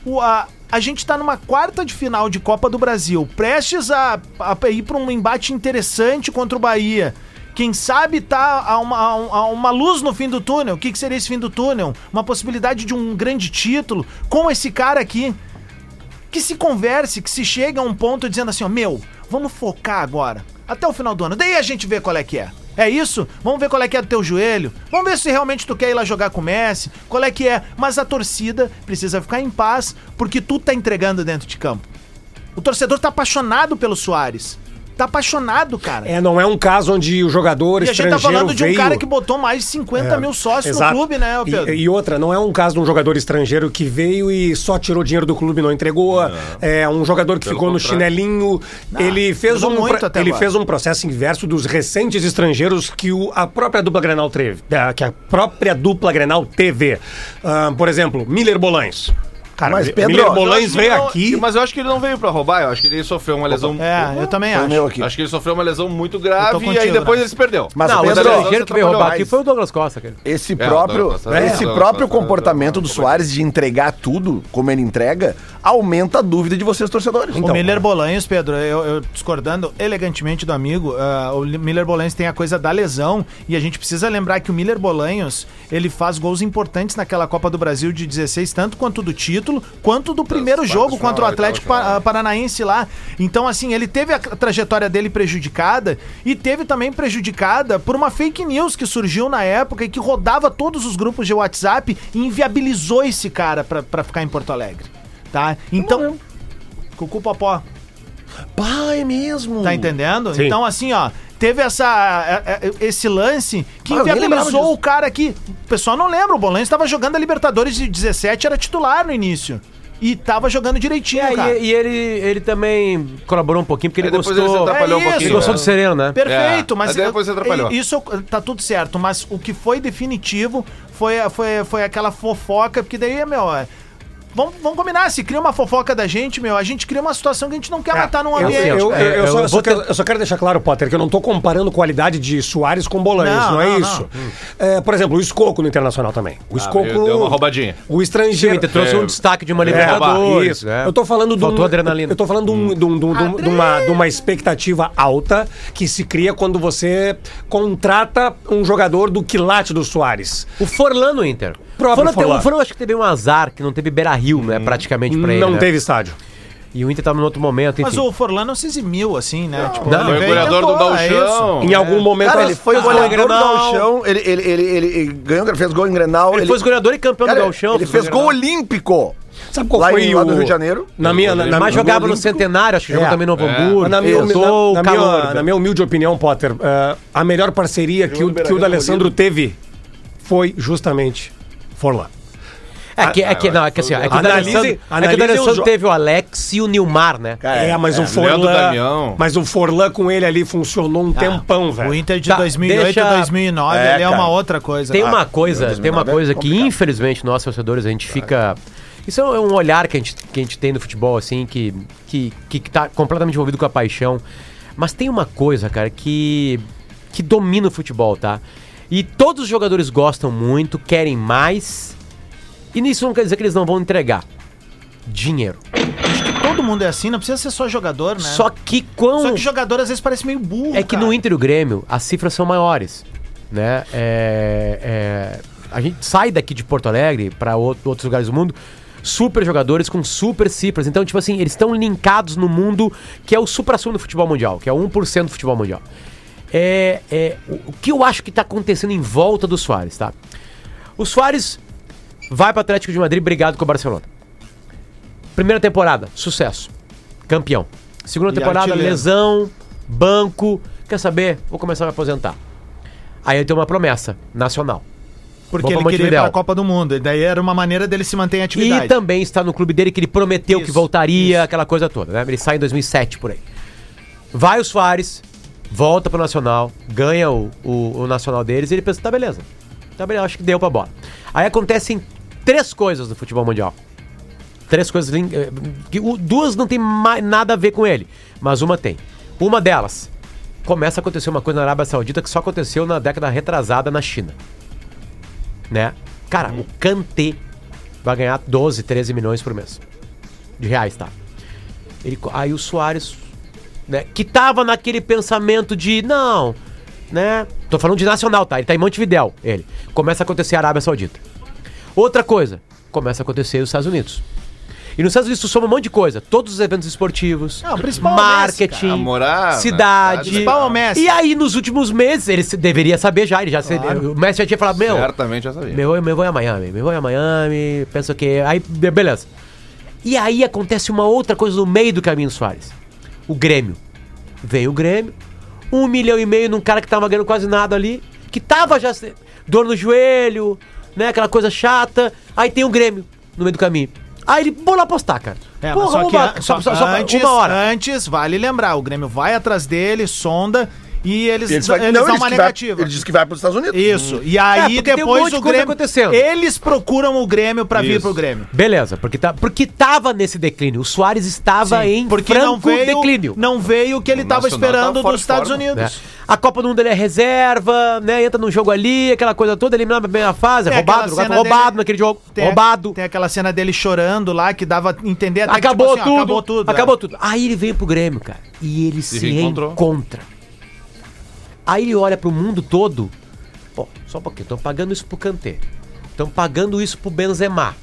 S6: o- a, a gente tá numa quarta de final de Copa do Brasil, prestes a, a ir pra um embate interessante contra o Bahia. Quem sabe tá a uma, a um- a uma luz no fim do túnel. O que, que seria esse fim do túnel? Uma possibilidade de um grande título com esse cara aqui que se converse, que se chegue a um ponto dizendo assim, ó, meu, vamos focar agora, até o final do ano. Daí a gente vê qual é que é. É isso? Vamos ver qual é que é do teu joelho. Vamos ver se realmente tu quer ir lá jogar com o Messi. Qual é que é? Mas a torcida precisa ficar em paz, porque tu tá entregando dentro de campo. O torcedor tá apaixonado pelo Soares. Tá apaixonado, cara.
S5: É, não é um caso onde o jogador
S6: e a gente tá
S5: estrangeiro
S6: falando de um
S5: veio- É,
S6: cara que botou mais de 50 mil sócios
S5: Exato.
S6: no clube, né,
S5: E-
S6: Pedro?
S5: E, outra, não é um caso de um jogador estrangeiro que veio e só tirou dinheiro do clube e não entregou. É um jogador que
S4: Pelo
S5: ficou no
S4: contrário.
S5: chinelinho. ele fez
S6: Ah, mudou
S5: um
S6: muito
S5: pro-
S6: até
S5: ele
S6: agora.
S5: fez um processo inverso dos recentes estrangeiros que o- a própria dupla Grenal teve, da- que a própria dupla Grenal teve. Ah, por exemplo, Miller Bolães. Cara,
S2: Mas,
S5: Mi-
S2: Pedro,
S5: Miller
S2: eu
S5: Bolães veio
S4: Não,
S5: aqui.
S4: Mas eu acho que ele não veio pra roubar, eu acho que ele sofreu uma lesão.
S6: É, eu também
S2: Foi
S5: um
S6: acho.
S2: o meu aqui.
S4: Acho que ele sofreu uma lesão muito
S6: Eu
S4: grave
S6: tô
S4: e aí
S6: contigo,
S4: depois
S6: né?
S4: ele se perdeu.
S2: Mas
S3: Não,
S2: o
S3: o
S2: Pedro-
S3: estrangeiro que veio
S6: tá
S3: roubar
S2: Mas-
S3: aqui foi o Douglas Costa, cara.
S2: Esse
S4: É,
S2: próprio,
S4: não, não, não,
S2: esse
S4: não, não,
S2: próprio
S4: não, não,
S2: comportamento
S4: não, não,
S2: do
S4: não,
S2: Soares de entregar tudo, como ele entrega, aumenta a dúvida de vocês, torcedores.
S6: o Miller Bolanhos, Pedro, eu, eu discordando elegantemente do amigo, ah, o Miller Bolanhos tem a coisa da lesão e a gente precisa lembrar que o Miller Bolanhos ele faz gols importantes naquela Copa do Brasil de 16, tanto quanto do título, quanto do primeiro
S4: quartas
S6: jogo
S4: de
S6: contra o
S4: final,
S6: Atlético
S4: oitavas de
S6: Pa-
S4: final.
S6: Paranaense lá. Então, assim, ele teve a trajetória dele prejudicada e teve também prejudicada por uma fake news que surgiu na época e que rodava todos os grupos de WhatsApp e inviabilizou esse cara pra- pra ficar em Porto Alegre. Tá? Então. Cucu Popó.
S2: Pai mesmo.
S6: Tá entendendo?
S5: Sim.
S6: Então, assim, ó, teve essa, é, é, esse lance que
S2: Ah, eu nem lembrava
S6: inviabilizou
S2: disso.
S6: o cara aqui. O pessoal não lembra, o Bolanho estava jogando a Libertadores de 17, era titular no início. E tava jogando direitinho,
S3: É,
S6: cara.
S3: e, e ele, ele também colaborou um pouquinho, porque ele
S4: Aí depois
S3: gostou.
S4: ele se atrapalhou
S6: É
S4: um
S6: isso.
S4: pouquinho.
S3: Ele gostou
S4: né?
S3: do Sereno, né?
S6: Perfeito,
S4: É,
S6: mas
S4: mas daí depois
S6: eu-
S4: atrapalhou.
S6: isso tá tudo certo, mas o que foi definitivo foi, a- foi, foi aquela fofoca, porque daí, meu, é, vamos, vamos combinar, se cria uma fofoca da gente, meu, a gente cria uma situação que a gente não quer matar num
S5: Eu-
S6: ambiente.
S5: Eu, eu-
S3: É,
S5: eu
S3: eu
S5: só, eu só
S3: vou
S5: quero, eu só quero deixar claro, Potter, que eu não tô comparando qualidade de Soares com Bolanhos,
S6: Não,
S5: não, é
S6: não,
S5: isso. É, por exemplo, o Escoco no Internacional também.
S3: Ah,
S5: O Escoco.
S4: deu uma roubadinha.
S5: O
S3: O
S5: estrangeiro.
S3: Inter trouxe um destaque de uma
S5: É,
S3: Libertadores.
S5: isso.
S3: né?
S5: Eu tô falando de um-
S3: Faltou adrenalina.
S5: Eu tô falando de, um- de um- de um- de um- de uma, de uma expectativa alta que se cria quando você contrata um jogador do quilate do Soares.
S3: O Forlan no Inter.
S5: Próprio
S3: Forlan tem-
S5: Forlan. Hum.
S3: o Forlan acho que teve um azar, que não teve Beira-Rio, né, praticamente pra ele.
S5: Não
S3: né?
S5: teve estádio.
S3: E o Inter tava num outro momento, enfim.
S6: Mas o Forlan não se eximiu, assim, né? tipo,
S3: não,
S6: ele
S4: Foi o
S6: veio e
S4: goleador do
S6: tentou, é isso.
S4: Galchão.
S5: Em algum momento. Ah,
S2: Cara,
S5: as-
S2: ele foi
S5: as-
S2: goleador do
S3: Grenal.
S2: Galchão, ele, ele, ele, ele, ele ganhou, fez gol em Grenal.
S3: Ele, foi escolhedor e campeão
S2: Cara,
S3: do Galchão.
S2: Ele fez gol olímpico.
S5: Sabe qual
S2: lá
S5: foi
S2: em-
S5: o...
S2: lá no Rio de Janeiro.
S5: Na minha, na, na,
S3: Mas
S5: no
S3: jogava no
S5: Olímpico.
S3: Centenário, acho que jogou
S5: É.
S3: também no Novo
S4: É.
S3: Hamburgo.
S5: Mas Na minha,
S3: Botou
S5: na-
S3: o
S5: na minha-
S3: calor.
S5: na minha humilde opinião, Potter, eh, a melhor parceria que o, que o D'Alessandro teve foi justamente Forlan.
S3: É que, é
S5: Ah,
S3: que, não, é que assim, ó, é que o
S5: Analise-
S3: D'Alessandro é que
S5: analise
S3: o D'Alessandro
S5: os jo-
S3: teve o Alex e o Nilmar, né?
S5: É, mas o
S4: Leandro
S5: Forlan.
S4: Damião.
S5: Mas o Forlan com ele ali funcionou um tempão, velho.
S6: O Inter de
S3: Tá,
S6: 2008
S3: deixa-
S6: 2009
S2: É,
S6: ali é uma
S2: cara.
S6: outra coisa.
S3: Tem
S6: cara.
S3: uma coisa, tem uma
S2: 2009 é
S3: coisa que
S2: complicado.
S3: infelizmente nós torcedores a gente fica isso é um olhar que a gente, que a gente tem no futebol assim que que que tá completamente envolvido com a paixão. Mas tem uma coisa, cara, que que domina o futebol, tá? E todos os jogadores gostam muito, querem mais. E nisso não quer dizer que eles não vão entregar dinheiro.
S6: Acho que todo mundo é assim, não precisa ser só jogador, né?
S3: Só que quão
S6: Só que jogador às vezes parece meio burro.
S3: É que
S6: cara.
S3: no Inter e o Grêmio as cifras são maiores, né? É, é, a gente sai daqui de Porto Alegre para outros lugares do mundo super jogadores com super cifras. Então, tipo assim, eles estão linkados no mundo que é o supra-sumo do futebol mundial, que é o 1% do futebol mundial. É, é, o, o que eu acho que tá acontecendo em volta do Soares, tá? O Soares vai para Atlético de Madrid brigado com o Barcelona. Primeira temporada, sucesso. Campeão. Segunda
S6: E
S3: temporada,
S6: artilheiro.
S3: lesão, banco. Quer saber? Vou começar a me aposentar. Aí ele tem uma promessa nacional.
S6: Porque
S3: Vou
S6: ele
S3: pra
S6: queria ir
S3: Montevidéu.
S6: pra Copa do Mundo. E daí era uma maneira dele se manter em atividade.
S3: E também está no clube dele que ele prometeu
S6: Isso,
S3: que voltaria, aquela coisa toda, né? Ele sai em 2007 por aí. Vai o Soares, volta pro Nacional, ganha o, o, o Nacional deles e ele pensa, tá beleza. Tá beleza, acho que deu pra bola. Aí acontecem três coisas no futebol mundial. Três coisas. lin- eh, que o- Duas não tem ma- nada a ver com ele, mas uma tem. Uma delas, começa a acontecer uma coisa na Arábia Saudita que só aconteceu na década retrasada na China. Né? Cara, o Kanté vai ganhar 12, 13 milhões por mês. De reais, tá? Ele, co- aí o Soares, né, que tava naquele pensamento de, não, né? Tô falando de nacional, tá? Ele tá em Montevidéu, ele. Começa a acontecer a Arábia Saudita. Outra coisa, começa a acontecer os Estados Unidos. E nos Estados Unidos tu soma um monte de coisa. Todos os eventos esportivos,
S6: Não, o principal é o Messi, cara.
S3: marketing,
S4: A morar na
S3: cidade.
S4: cidade. O
S6: principal é o Messi.
S3: E aí, nos últimos meses, ele se- deveria saber já. Ele já se- o Messi já tinha falado, meu,
S4: Certamente já sabia.
S3: meu, meu vou a Miami, meu vou a Miami, penso que. Aí, be- beleza. E aí acontece uma outra coisa no meio do caminho, Soares. O Grêmio. Vem o Grêmio, um milhão e meio num cara que tava ganhando quase nada ali, que tava já se- dor no joelho, né? Aquela coisa chata. Aí tem o Grêmio no meio do caminho. Aí ele, vou lá apostar, cara.
S6: É, mas só que
S3: uma-
S6: a-
S3: só,
S6: só-
S3: só- só
S6: antes, é.
S3: uma hora.
S6: antes, vale lembrar, o Grêmio vai atrás dele, sonda, e eles,
S2: Eles
S6: dão-
S2: vai-
S6: eles
S2: não, ele
S6: dão uma
S2: disse que vai-
S6: negativa.
S2: Ele disse que vai para os Estados Unidos.
S6: Isso. E
S3: É,
S6: aí
S3: porque tem um
S6: depois
S3: monte de
S6: o
S3: coisa
S6: Grêmio.
S3: acontecendo.
S6: Eles procuram o Grêmio pra vir
S4: Isso.
S6: pro Grêmio.
S3: Beleza, porque, tá, porque tava nesse declínio. O Soares estava em
S6: porque
S3: franco
S6: não veio,
S3: declínio.
S6: não veio o que ele
S4: O
S6: tava
S4: Nacional
S6: esperando
S4: tava fora
S6: dos
S4: de
S6: Estados
S4: forma,
S3: né?
S6: Unidos.
S3: A Copa do Mundo ele é reserva, né? Entra num jogo ali, aquela coisa toda, eliminado na primeira fase, é
S6: Tem
S3: roubado,
S6: aquela
S3: o Uruguai
S6: cena
S3: foi roubado
S6: dele-
S3: naquele jogo,
S6: Tem,
S3: roubado.
S6: Tem aquela cena dele chorando lá que dava a entender até
S3: acabou,
S6: que, tipo assim, ó,
S3: tudo,
S6: acabou tudo.
S3: Acabou
S6: é.
S3: tudo. Aí ele veio pro Grêmio, cara. E ele se,
S4: reencontrou.
S3: reencontra. Aí ele olha pro mundo todo. Pô, só um pouquinho. Estão pagando isso pro Kanté. Estão pagando isso pro Benzema.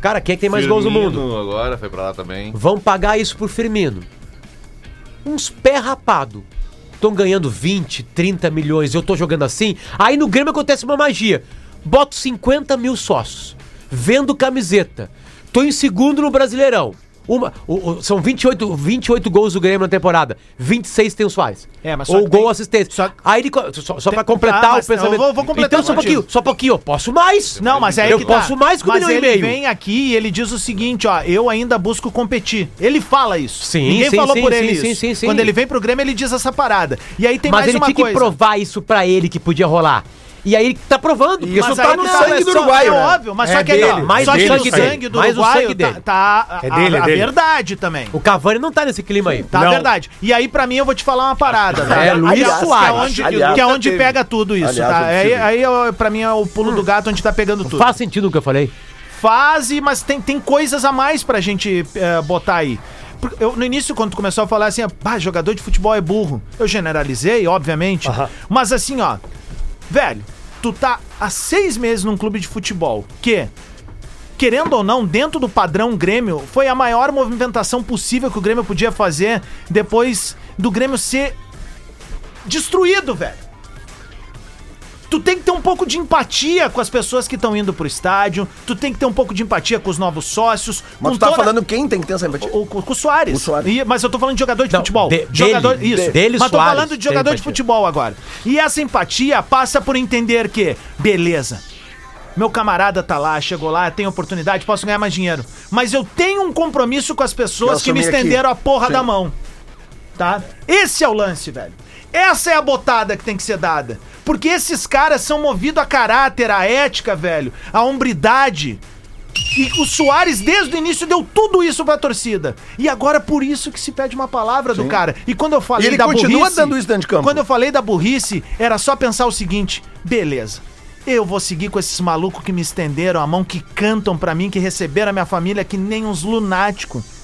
S3: Cara, quem é que tem mais gols no
S4: Firmino
S3: mundo?
S4: Agora foi pra lá também.
S3: Vão pagar isso pro Firmino. Uns pé rapado. Estão ganhando 20, 30 milhões, eu tô jogando assim. Aí no Grêmio acontece uma magia. Boto 50 mil sócios. Vendo camiseta. Tô em segundo no Brasileirão. Uma, o- o- são 28, 28 gols do Grêmio na temporada. 26 tem o Soares.
S6: É, mas só
S3: Ou
S6: que
S3: gol
S6: tem-
S3: assistência.
S6: só-
S3: Aí ele, co- só só
S6: Tem-
S3: para completar
S6: tá,
S3: o
S6: mas eu
S3: pensamento.
S6: vou- vou completar
S3: então só um
S6: contigo.
S3: pouquinho, só um pouquinho, eu posso mais.
S6: Não, mas é aí
S3: Eu
S6: que tá.
S3: posso mais que um
S6: mas
S3: milhão e
S6: ele
S3: meio.
S6: vem aqui e ele diz o seguinte, ó, eu ainda busco competir. Ele fala isso.
S3: Sim,
S6: Ninguém
S3: sim,
S6: falou
S3: sim,
S6: por
S3: sim,
S6: ele
S3: sim,
S6: isso.
S3: sim, sim.
S6: Quando ele vem pro Grêmio, ele diz essa parada. E aí tem
S3: mas
S6: mais
S3: ele
S6: uma
S3: tinha que
S6: coisa.
S3: provar isso pra ele que podia rolar. E aí ele tá provando.
S2: E isso
S6: Mas
S2: tá
S6: aí
S2: no
S6: não,
S2: sangue
S6: é
S2: do
S6: só-
S2: uruguaio,
S6: É
S2: né?
S6: óbvio, mas
S5: É
S6: só que
S5: dele,
S6: aí, ó,
S3: mais
S6: só
S3: o
S6: que
S3: sangue
S6: no
S3: dele.
S6: sangue do
S3: Mais o
S6: uruguaio
S3: sangue dele.
S6: tá, tá
S5: É
S6: a-
S5: dele, é
S6: a,
S5: dele.
S6: verdade também.
S3: O Cavani não tá nesse clima aí.
S6: Tá a
S5: Não.
S6: verdade. E aí, pra mim, eu vou te falar uma parada, tá?
S3: É, Luiz
S6: Aliás,
S3: Soares.
S6: Que é onde,
S2: Aliás,
S6: que é
S2: nunca
S6: onde
S2: teve.
S6: pega tudo isso,
S2: Aliás,
S6: tá?
S2: nunca
S6: Aí,
S2: tive.
S6: aí, ó, pra mim, é o pulo do gato onde tá pegando tudo.
S3: Faz sentido o que eu falei?
S6: Fase, mas tem, tem coisas a mais pra gente eh, botar aí. Por- Eu, no início, quando tu começou a falar assim, ah, jogador de futebol é burro. Eu generalizei, obviamente.
S5: Aham.
S6: Mas assim, ó, velho, tu tá há seis meses num clube de futebol que, querendo ou não, dentro do padrão Grêmio, foi a maior movimentação possível que o Grêmio podia fazer depois do Grêmio ser destruído, velho. Tu tem que ter um pouco de empatia com as pessoas que estão indo pro estádio, tu tem que ter um pouco de empatia com os novos sócios,
S2: Mas
S6: com
S2: tu tá
S6: toda-
S2: falando quem tem que ter essa empatia?
S6: o, com, com o Soares.
S2: O Soares.
S6: E- mas eu tô falando de jogador de
S3: Não,
S6: futebol.
S3: de-
S6: jogador,
S3: dele,
S6: isso.
S3: dele,
S6: mas tô
S3: Soares,
S6: falando de
S3: tem
S6: jogador de
S3: empatia.
S6: futebol agora. E essa empatia passa por entender que, beleza, meu camarada tá lá, chegou lá, tem oportunidade, posso ganhar mais dinheiro. Mas eu tenho um compromisso com as pessoas
S2: Eu
S6: que me
S2: assumi aqui.
S6: estenderam a porra
S2: Sim.
S6: da mão. Tá? Esse é o lance, velho. Essa é a botada que tem que ser dada. Porque esses caras são movidos a caráter, a ética, velho, a hombridade. E o Soares, desde o início, deu tudo isso pra torcida. E agora, é por isso que se pede uma palavra do cara. E quando eu falei
S2: E ele
S6: da
S2: continua
S6: burrice...
S2: dando isso dentro de campo.
S6: Quando eu falei da burrice, era só pensar o seguinte. Beleza. Eu vou seguir com esses malucos que me estenderam a mão, que cantam pra mim, que receberam a minha família que nem uns lunáticos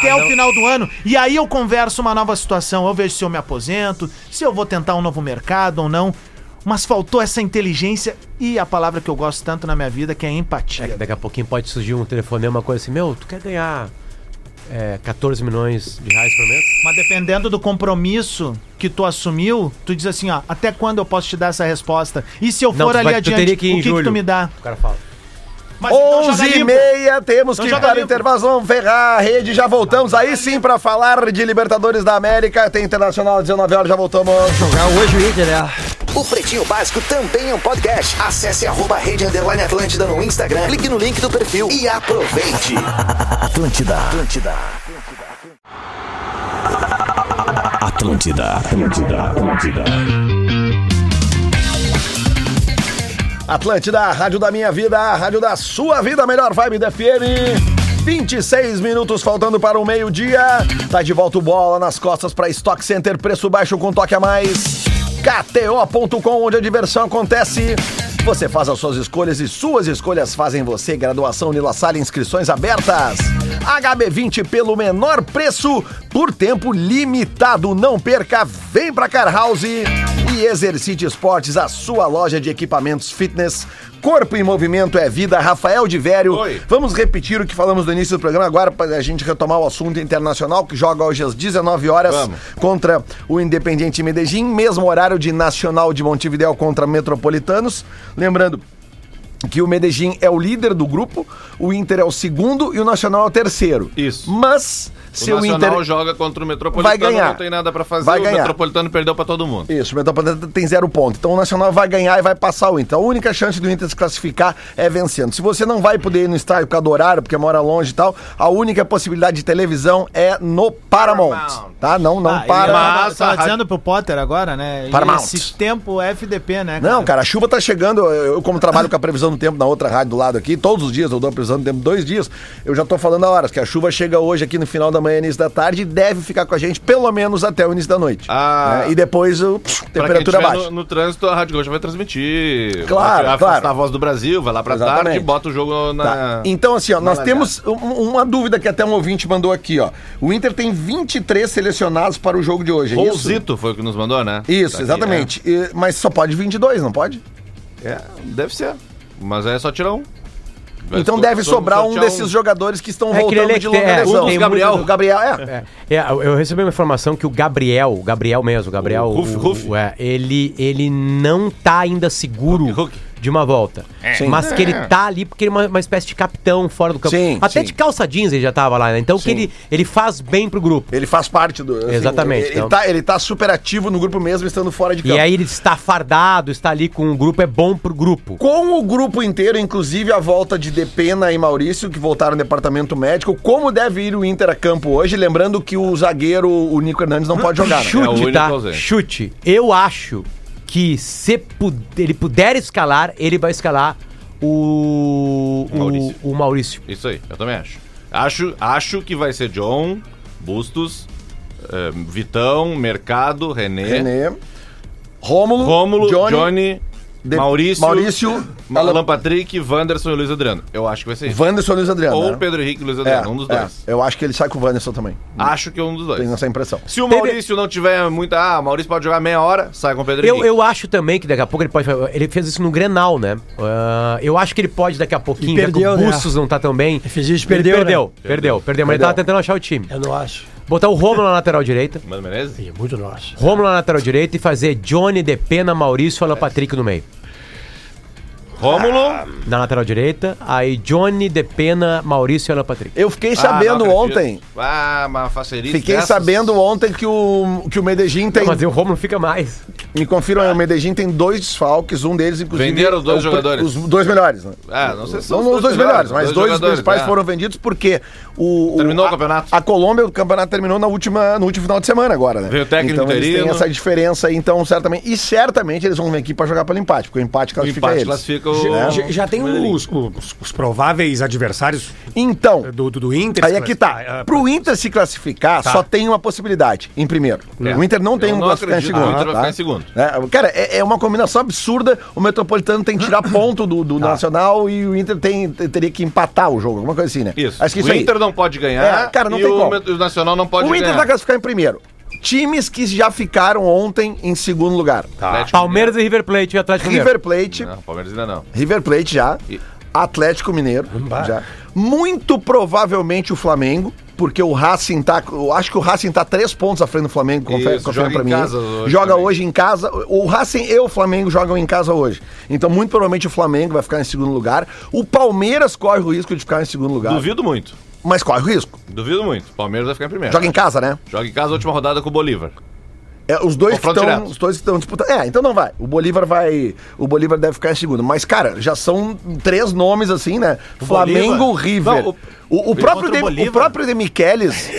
S6: até o final do ano. E aí eu converso uma nova situação. Eu vejo se eu me aposento, se eu vou tentar um novo mercado ou não. mas faltou essa inteligência e a palavra que eu gosto tanto na minha vida, que é empatia.
S3: É que daqui a pouquinho pode surgir um telefonema, uma coisa assim, meu, tu quer ganhar é, 14 milhões de reais por mês?
S6: Mas dependendo do compromisso que tu assumiu, tu diz assim, ó, até quando eu posso te dar essa resposta? E se eu
S3: Não,
S6: for
S3: tu
S6: ali
S3: vai- tu
S6: adiante,
S3: teria que ir em
S6: o que, que
S3: julho.
S6: tu me dá?
S3: O cara fala.
S6: Mas então joga
S2: 11 e
S6: limpo.
S2: meia, temos
S6: Então
S2: que ir
S6: joga
S2: para o
S6: limpo.
S2: intervalo, vamos ferrar a rede, já voltamos aí sim para falar de Libertadores da América, tem Internacional às 19 horas, já voltamos.
S7: O Pretinho Básico também é um podcast. Acesse arroba Rede Underline Atlântida no Instagram. Clique no link do perfil e aproveite. Atlântida. Atlântida.
S1: Atlântida, Atlântida, Atlântida.
S2: Atlântida, a rádio da minha vida, a rádio da sua vida, a melhor vibe da FM. 26 minutos faltando para o meio-dia. Tá de volta o bola nas costas para Stock Center, preço baixo com toque a mais. KTO.com, onde a diversão acontece. Você faz as suas escolhas e suas escolhas fazem você. Graduação Nila Salle, inscrições abertas. HB20 pelo menor preço, por tempo limitado. Não perca, vem pra Car House. E Exercite Esportes, a sua loja de equipamentos fitness. Corpo em movimento é vida. Rafael de Vério.
S4: Oi.
S2: Vamos repetir o que falamos no início do programa agora para a gente retomar o assunto internacional que joga hoje às 19 horas
S4: Vamos.
S2: contra o Independiente Medellín, mesmo horário de Nacional de Montevideo contra Metropolitanos. Lembrando que o Medellín é o líder do grupo, o Inter é o segundo e o Nacional é o terceiro.
S4: Isso.
S2: Mas se
S4: o
S2: o,
S4: Nacional
S2: Inter
S4: joga contra o Metropolitano,
S2: Vai ganhar.
S4: não tem nada pra fazer.
S2: Vai
S4: o
S2: ganhar.
S4: Metropolitano perdeu pra todo mundo.
S2: Isso, o Metropolitano tem zero ponto. Então o Nacional vai ganhar e vai passar o Inter. A única chance do Inter se classificar é vencendo. Se você não vai poder ir no estádio por causa do horário, porque mora longe e tal, a única possibilidade de televisão é no Paramount.
S4: Paramount.
S2: Tá? Não, não
S6: Ah,
S2: para.
S6: eu tava,
S4: Mas
S6: tava
S4: a rádio-
S6: dizendo pro Potter agora, né?
S2: Paramount.
S6: Esse tempo FDP, né?
S2: Não, cara, a chuva tá chegando. Eu, eu, como trabalho com a previsão do tempo na outra rádio do lado aqui, todos os dias eu dou a previsão do tempo dois dias. Eu já tô falando a horas que a chuva chega hoje aqui no final da manhã, início da tarde, e deve ficar com a gente pelo menos até o início da noite.
S4: Ah.
S2: Né? E depois o pss,
S4: Pra
S2: temperatura
S4: quem tiver
S2: baixa.
S4: No, no trânsito, a Rádio Gaúcha vai transmitir.
S2: Claro,
S4: vai
S2: claro.
S4: a voz do Brasil, vai lá pra
S2: Exatamente.
S4: tarde, bota o jogo na.
S2: Tá. Então, assim, ó, nós
S4: largada.
S2: temos um- uma dúvida que até um ouvinte mandou aqui, ó. O Inter tem 23 selecionados para o jogo de hoje, é
S4: Ou o
S2: isso?
S4: Zito foi o que nos mandou, né?
S2: Isso,
S4: Tá aqui,
S2: exatamente. E- mas só pode 22, não pode?
S4: É. É, deve ser. Mas é só tirar um. Vai
S2: então
S4: so-
S2: deve
S4: so-
S2: sobrar um
S4: sortear
S2: desses jogadores que estão
S3: É que
S2: voltando
S3: ele é
S2: de
S3: que
S2: longa
S3: tem- é,
S2: lesão.
S3: um dos
S2: O
S4: Gabriel.
S2: O Gabriel, é.
S3: É, é, eu eu recebi uma informação que o Gabriel, o Gabriel mesmo, o Gabriel,
S4: O Ruf,
S3: o-
S4: Ruf.
S3: o- é, ele ele não tá ainda seguro
S4: Hulk, Hulk.
S3: de uma volta.
S2: É.
S3: Mas que ele tá ali porque ele é uma, uma espécie de capitão fora do campo.
S2: Sim,
S3: Até
S2: sim.
S3: de calça jeans ele já tava lá, né? Então que ele ele faz bem pro grupo.
S2: Ele faz parte do... assim,
S3: Exatamente,
S2: Ele,
S3: então.
S2: tá, ele tá super ativo no grupo mesmo, estando fora de campo.
S4: Então-
S3: E aí ele está fardado, está ali com o grupo, é bom pro grupo.
S2: Com o grupo inteiro, inclusive a volta de Depena e Maurício, que voltaram ao departamento médico, como deve ir o Inter a campo hoje? Lembrando que o zagueiro, o Nico Hernandes, não pode jogar. né?
S4: É o
S3: Chute,
S4: único
S3: tá?
S4: ausente.
S3: Chute. Eu acho que se pu- ele puder escalar, ele vai escalar o o-
S4: Maurício.
S3: o Maurício.
S4: Isso aí, eu também acho. Acho, acho que vai ser John, Bustos, eh, Vitão, Mercado, René,
S2: René. Rômulo,
S4: É. Rômulo, Johnny,
S2: De-
S4: Maurício,
S2: Maurício,
S4: Ma-
S2: Alan-
S4: Alan Patrick, Wanderson e Luiz Adriano. Eu acho que vai ser isso.
S2: Wanderson e Luiz Adriano.
S4: Ou
S2: né?
S4: Pedro Henrique e Luiz
S2: é,
S4: Adriano, um dos
S2: é.
S4: dois.
S2: Eu acho que ele sai com o Wanderson também.
S4: Acho que é um dos dois.
S2: Tenho essa impressão.
S4: Se o Maurício não tiver muita. Ah, o Maurício pode jogar meia hora, sai com o Pedro
S3: Eu,
S4: Henrique.
S3: eu acho também que daqui a pouco ele pode. fa- Ele fez isso no Grenal, né? Ah, eu acho que ele pode daqui a pouquinho.
S5: E
S3: já que
S5: perdeu,
S3: o
S5: né?
S3: Bustos não tá tão bem.
S5: Fez isso,
S3: Ele
S5: perdeu, né?
S3: perdeu, perdeu, perdeu, Mas ele tava tentando achar o time.
S5: Eu não acho.
S3: Botar o Romulo na lateral direita.
S4: Mano Menezes?
S5: É muito não acho.
S3: Romulo na lateral direita e fazer Johnny, Depena, Maurício e Alan Patrick no meio.
S4: Rômulo.
S2: Ah,
S4: Ah,
S3: Na lateral direita, aí Johnny, Depena, Maurício e Alan Patrick.
S2: Eu fiquei
S4: Ah,
S2: sabendo
S4: não acredito.
S2: ontem.
S4: Ah, uma faceirista.
S2: Fiquei
S4: dessas.
S2: sabendo ontem que o, que o Medellín tem.
S3: Mas aí o Romulo fica mais.
S2: Me confirma aí, o Medellín tem dois desfalques, um deles, inclusive.
S4: Venderam dois
S2: é o pr-
S4: jogadores.
S2: Os dois melhores, né?
S4: Ah, não sei se
S2: Não, não os dois melhores, mas dois, dos
S4: jogadores,
S2: principais
S4: é.
S2: foram vendidos porque o. o-
S4: Terminou o
S2: a-
S4: campeonato.
S2: A Colômbia, o campeonato terminou na última, no último final de semana agora, né?
S4: Veio o técnico
S2: Então eles têm
S4: interino.
S2: essa diferença aí, então certamente. E certamente eles vão vir aqui pra jogar pelo empate, porque o empate
S4: O
S2: classifica
S4: empate
S2: eles.
S4: classifica o.
S5: Já, já- já tem os, os- os prováveis adversários eh,
S2: Então.
S5: do, do, do Inter. eh,
S2: Aí é que tá. Pro Inter se classificar, só tem uma possibilidade em primeiro.
S4: Tá. É.
S2: O Inter não tem
S4: Eu
S2: um
S4: não
S2: classificante
S4: acredito que
S2: segundo.
S4: o Inter vai
S2: tá?
S4: ficar em segundo.
S2: É, cara, é, é uma combinação absurda. O Metropolitano tem que tirar ponto do, do
S4: Tá.
S2: Nacional e o Inter tem, te- teria que empatar o jogo, alguma coisa assim, né?
S4: Isso.
S2: Acho que isso
S4: o
S2: aí.
S4: Inter não pode ganhar.
S2: É, cara, não
S4: e
S2: tem
S4: o,
S2: como.
S4: Met- o Nacional não pode
S2: o Inter tá
S4: ganhar.
S2: vai classificar em primeiro. Times que já ficaram ontem em segundo lugar.
S4: Atlético
S3: Palmeiras e River Plate e Atlético Mineiro.
S2: River Plate,
S4: Mineiro. Tá. Não, Palmeiras ainda não.
S2: River Plate já.
S4: E-
S2: Atlético Mineiro já. Muito provavelmente o Flamengo, porque o Racing tá. Eu acho que o Racing tá três pontos à frente do Flamengo, confere,
S4: Isso,
S2: confere
S4: joga
S2: pra
S4: em
S2: mim.
S4: casa hoje
S2: joga
S4: também.
S2: hoje em casa. O Racing e o Flamengo jogam em casa hoje. Então, muito provavelmente o Flamengo vai ficar em segundo lugar. O Palmeiras corre o risco de ficar em segundo lugar.
S4: Duvido muito.
S2: Mas corre o risco.
S4: Duvido muito. Palmeiras vai ficar em primeiro.
S2: Joga em casa, né?
S4: Joga em casa, última rodada com o Bolívar.
S2: É, os dois que
S4: Confronto
S2: estão,
S4: direto.
S2: os dois que estão disputando. É, então não vai. O Bolívar vai, o Bolívar deve ficar em segundo. Mas cara, já são três nomes assim, né? Flamengo,
S6: Bolívar?
S2: River.
S4: Não, o-
S2: o, o
S6: contra
S2: próprio
S6: o
S2: de, o
S6: Bolívar.
S2: próprio de Michelis,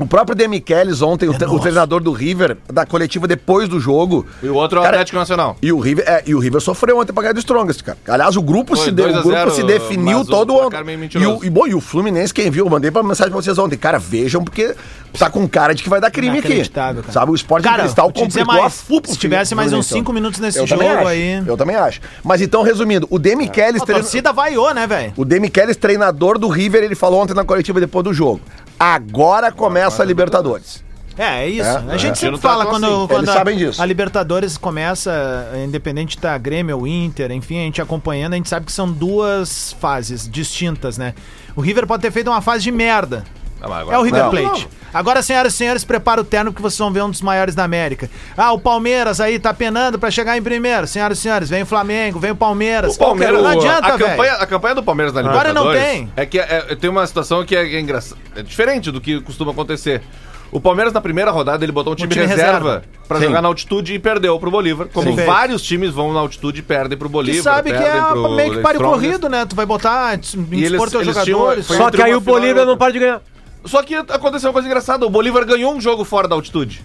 S2: o próprio de Michelis ontem,
S4: É,
S2: o, tre- o treinador do River da coletiva depois do jogo.
S4: E o outro é o
S2: Cara,
S4: Atlético Nacional.
S2: E o River, é, e o River sofreu ontem pra ganhar do Strongest, cara. Aliás, o grupo,
S4: Foi
S2: se, deu,
S4: 2 a
S2: o grupo
S4: 0,
S2: se definiu
S4: mas o
S2: todo
S4: placar
S2: ontem.
S4: meio
S2: E
S4: mentiroso.
S2: o, e, bom, e o Fluminense, quem viu, eu mandei pra mensagem pra vocês ontem. Cara, vejam, porque tá com cara de que vai dar crime aqui.
S6: Inacreditável, cara.
S2: Sabe, o esporte
S6: Cara,
S2: cristal
S6: vou te dizer
S2: complicou
S6: mais,
S2: a FUP.
S6: se tivesse mais uns cinco minutos nesse
S2: eu também
S6: jogo
S2: acho,
S6: aí. É.
S2: Eu também acho. Mas então, resumindo, o Demi Kelly
S6: A torcida vaiou, né, velho?
S2: o Demi Kelly, treinador do River, ele falou ontem na coletiva depois do jogo. Agora começa a Libertadores.
S6: É, é isso. a gente sempre
S4: Não tá
S6: fala
S4: tão
S6: quando,
S4: assim.
S6: quando
S2: Eles
S6: a,
S2: sabem disso.
S6: a Libertadores começa, independente da Grêmio ou Inter, enfim, a gente acompanhando, a gente sabe que são duas fases distintas, né? O River pode ter feito uma fase de merda.
S4: Ah, mas agora-
S6: É o River
S2: Não.
S6: Plate. Agora, senhoras e senhores, prepara o terno porque vocês vão ver um dos maiores da América. Ah, o Palmeiras aí tá penando pra chegar em primeiro. Senhoras e senhores, vem o Flamengo, vem o Palmeiras.
S4: O Palmeiras,
S6: um. não adianta,
S4: a
S6: velho.
S4: campanha, a campanha do Palmeiras na
S6: Agora
S4: Libertadores
S6: não tem.
S4: é que é, é- tem uma situação que é, que é engraçada, é diferente do que costuma acontecer. O Palmeiras na primeira rodada ele botou um time,
S6: time
S4: reserva
S6: reserva.
S4: pra
S2: Sim.
S4: jogar na altitude e perdeu pro Bolívar, como
S6: Sim.
S4: vários times vão na altitude e perdem pro Bolívar,
S6: Que sabe que
S4: perdem
S6: é
S4: né, pro
S6: meio que páreo
S4: Strongest.
S6: corrido, né? Tu vai botar,
S4: E eles-
S6: dispor teus
S4: eles tinham-
S6: jogadores.
S4: foi um
S3: Só
S4: entre
S3: que aí
S4: uma
S3: o
S4: final e
S3: Bolívar não
S4: outra.
S3: para de ganhar.
S4: Só que aconteceu uma coisa engraçada, o Bolívar ganhou um jogo fora da altitude.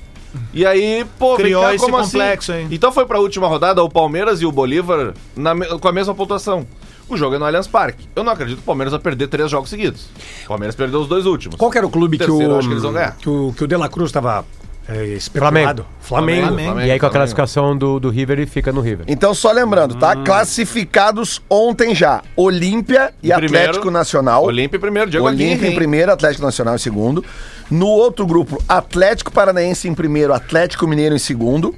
S4: E aí, pô,
S6: Criou
S4: vem cá,
S6: esse complexo, hein?
S4: Então foi pra última rodada o Palmeiras e o Bolívar na me- com a mesma pontuação. O jogo é no Allianz Parque. Eu não acredito que o Palmeiras vai perder três jogos seguidos. O Palmeiras perdeu os dois últimos.
S5: Qual que é? era o clube que
S4: Terceiro,
S5: o,
S4: acho que eles vão ganhar.
S5: que o. Que o De La Cruz estava é, especulado? Flamengo.
S3: E aí com a classificação do, do River ele fica no River.
S2: Então, só lembrando, tá?
S6: Hum.
S2: Classificados ontem já: Olímpia e
S4: Primeiro,
S2: Atlético Nacional.
S4: Olímpia em primeiro, Diego
S2: Olímpia
S4: Aguirre,
S2: em
S4: hein?
S2: primeiro, Atlético Nacional em segundo. No outro grupo, Atlético Paranaense em primeiro, Atlético Mineiro em segundo.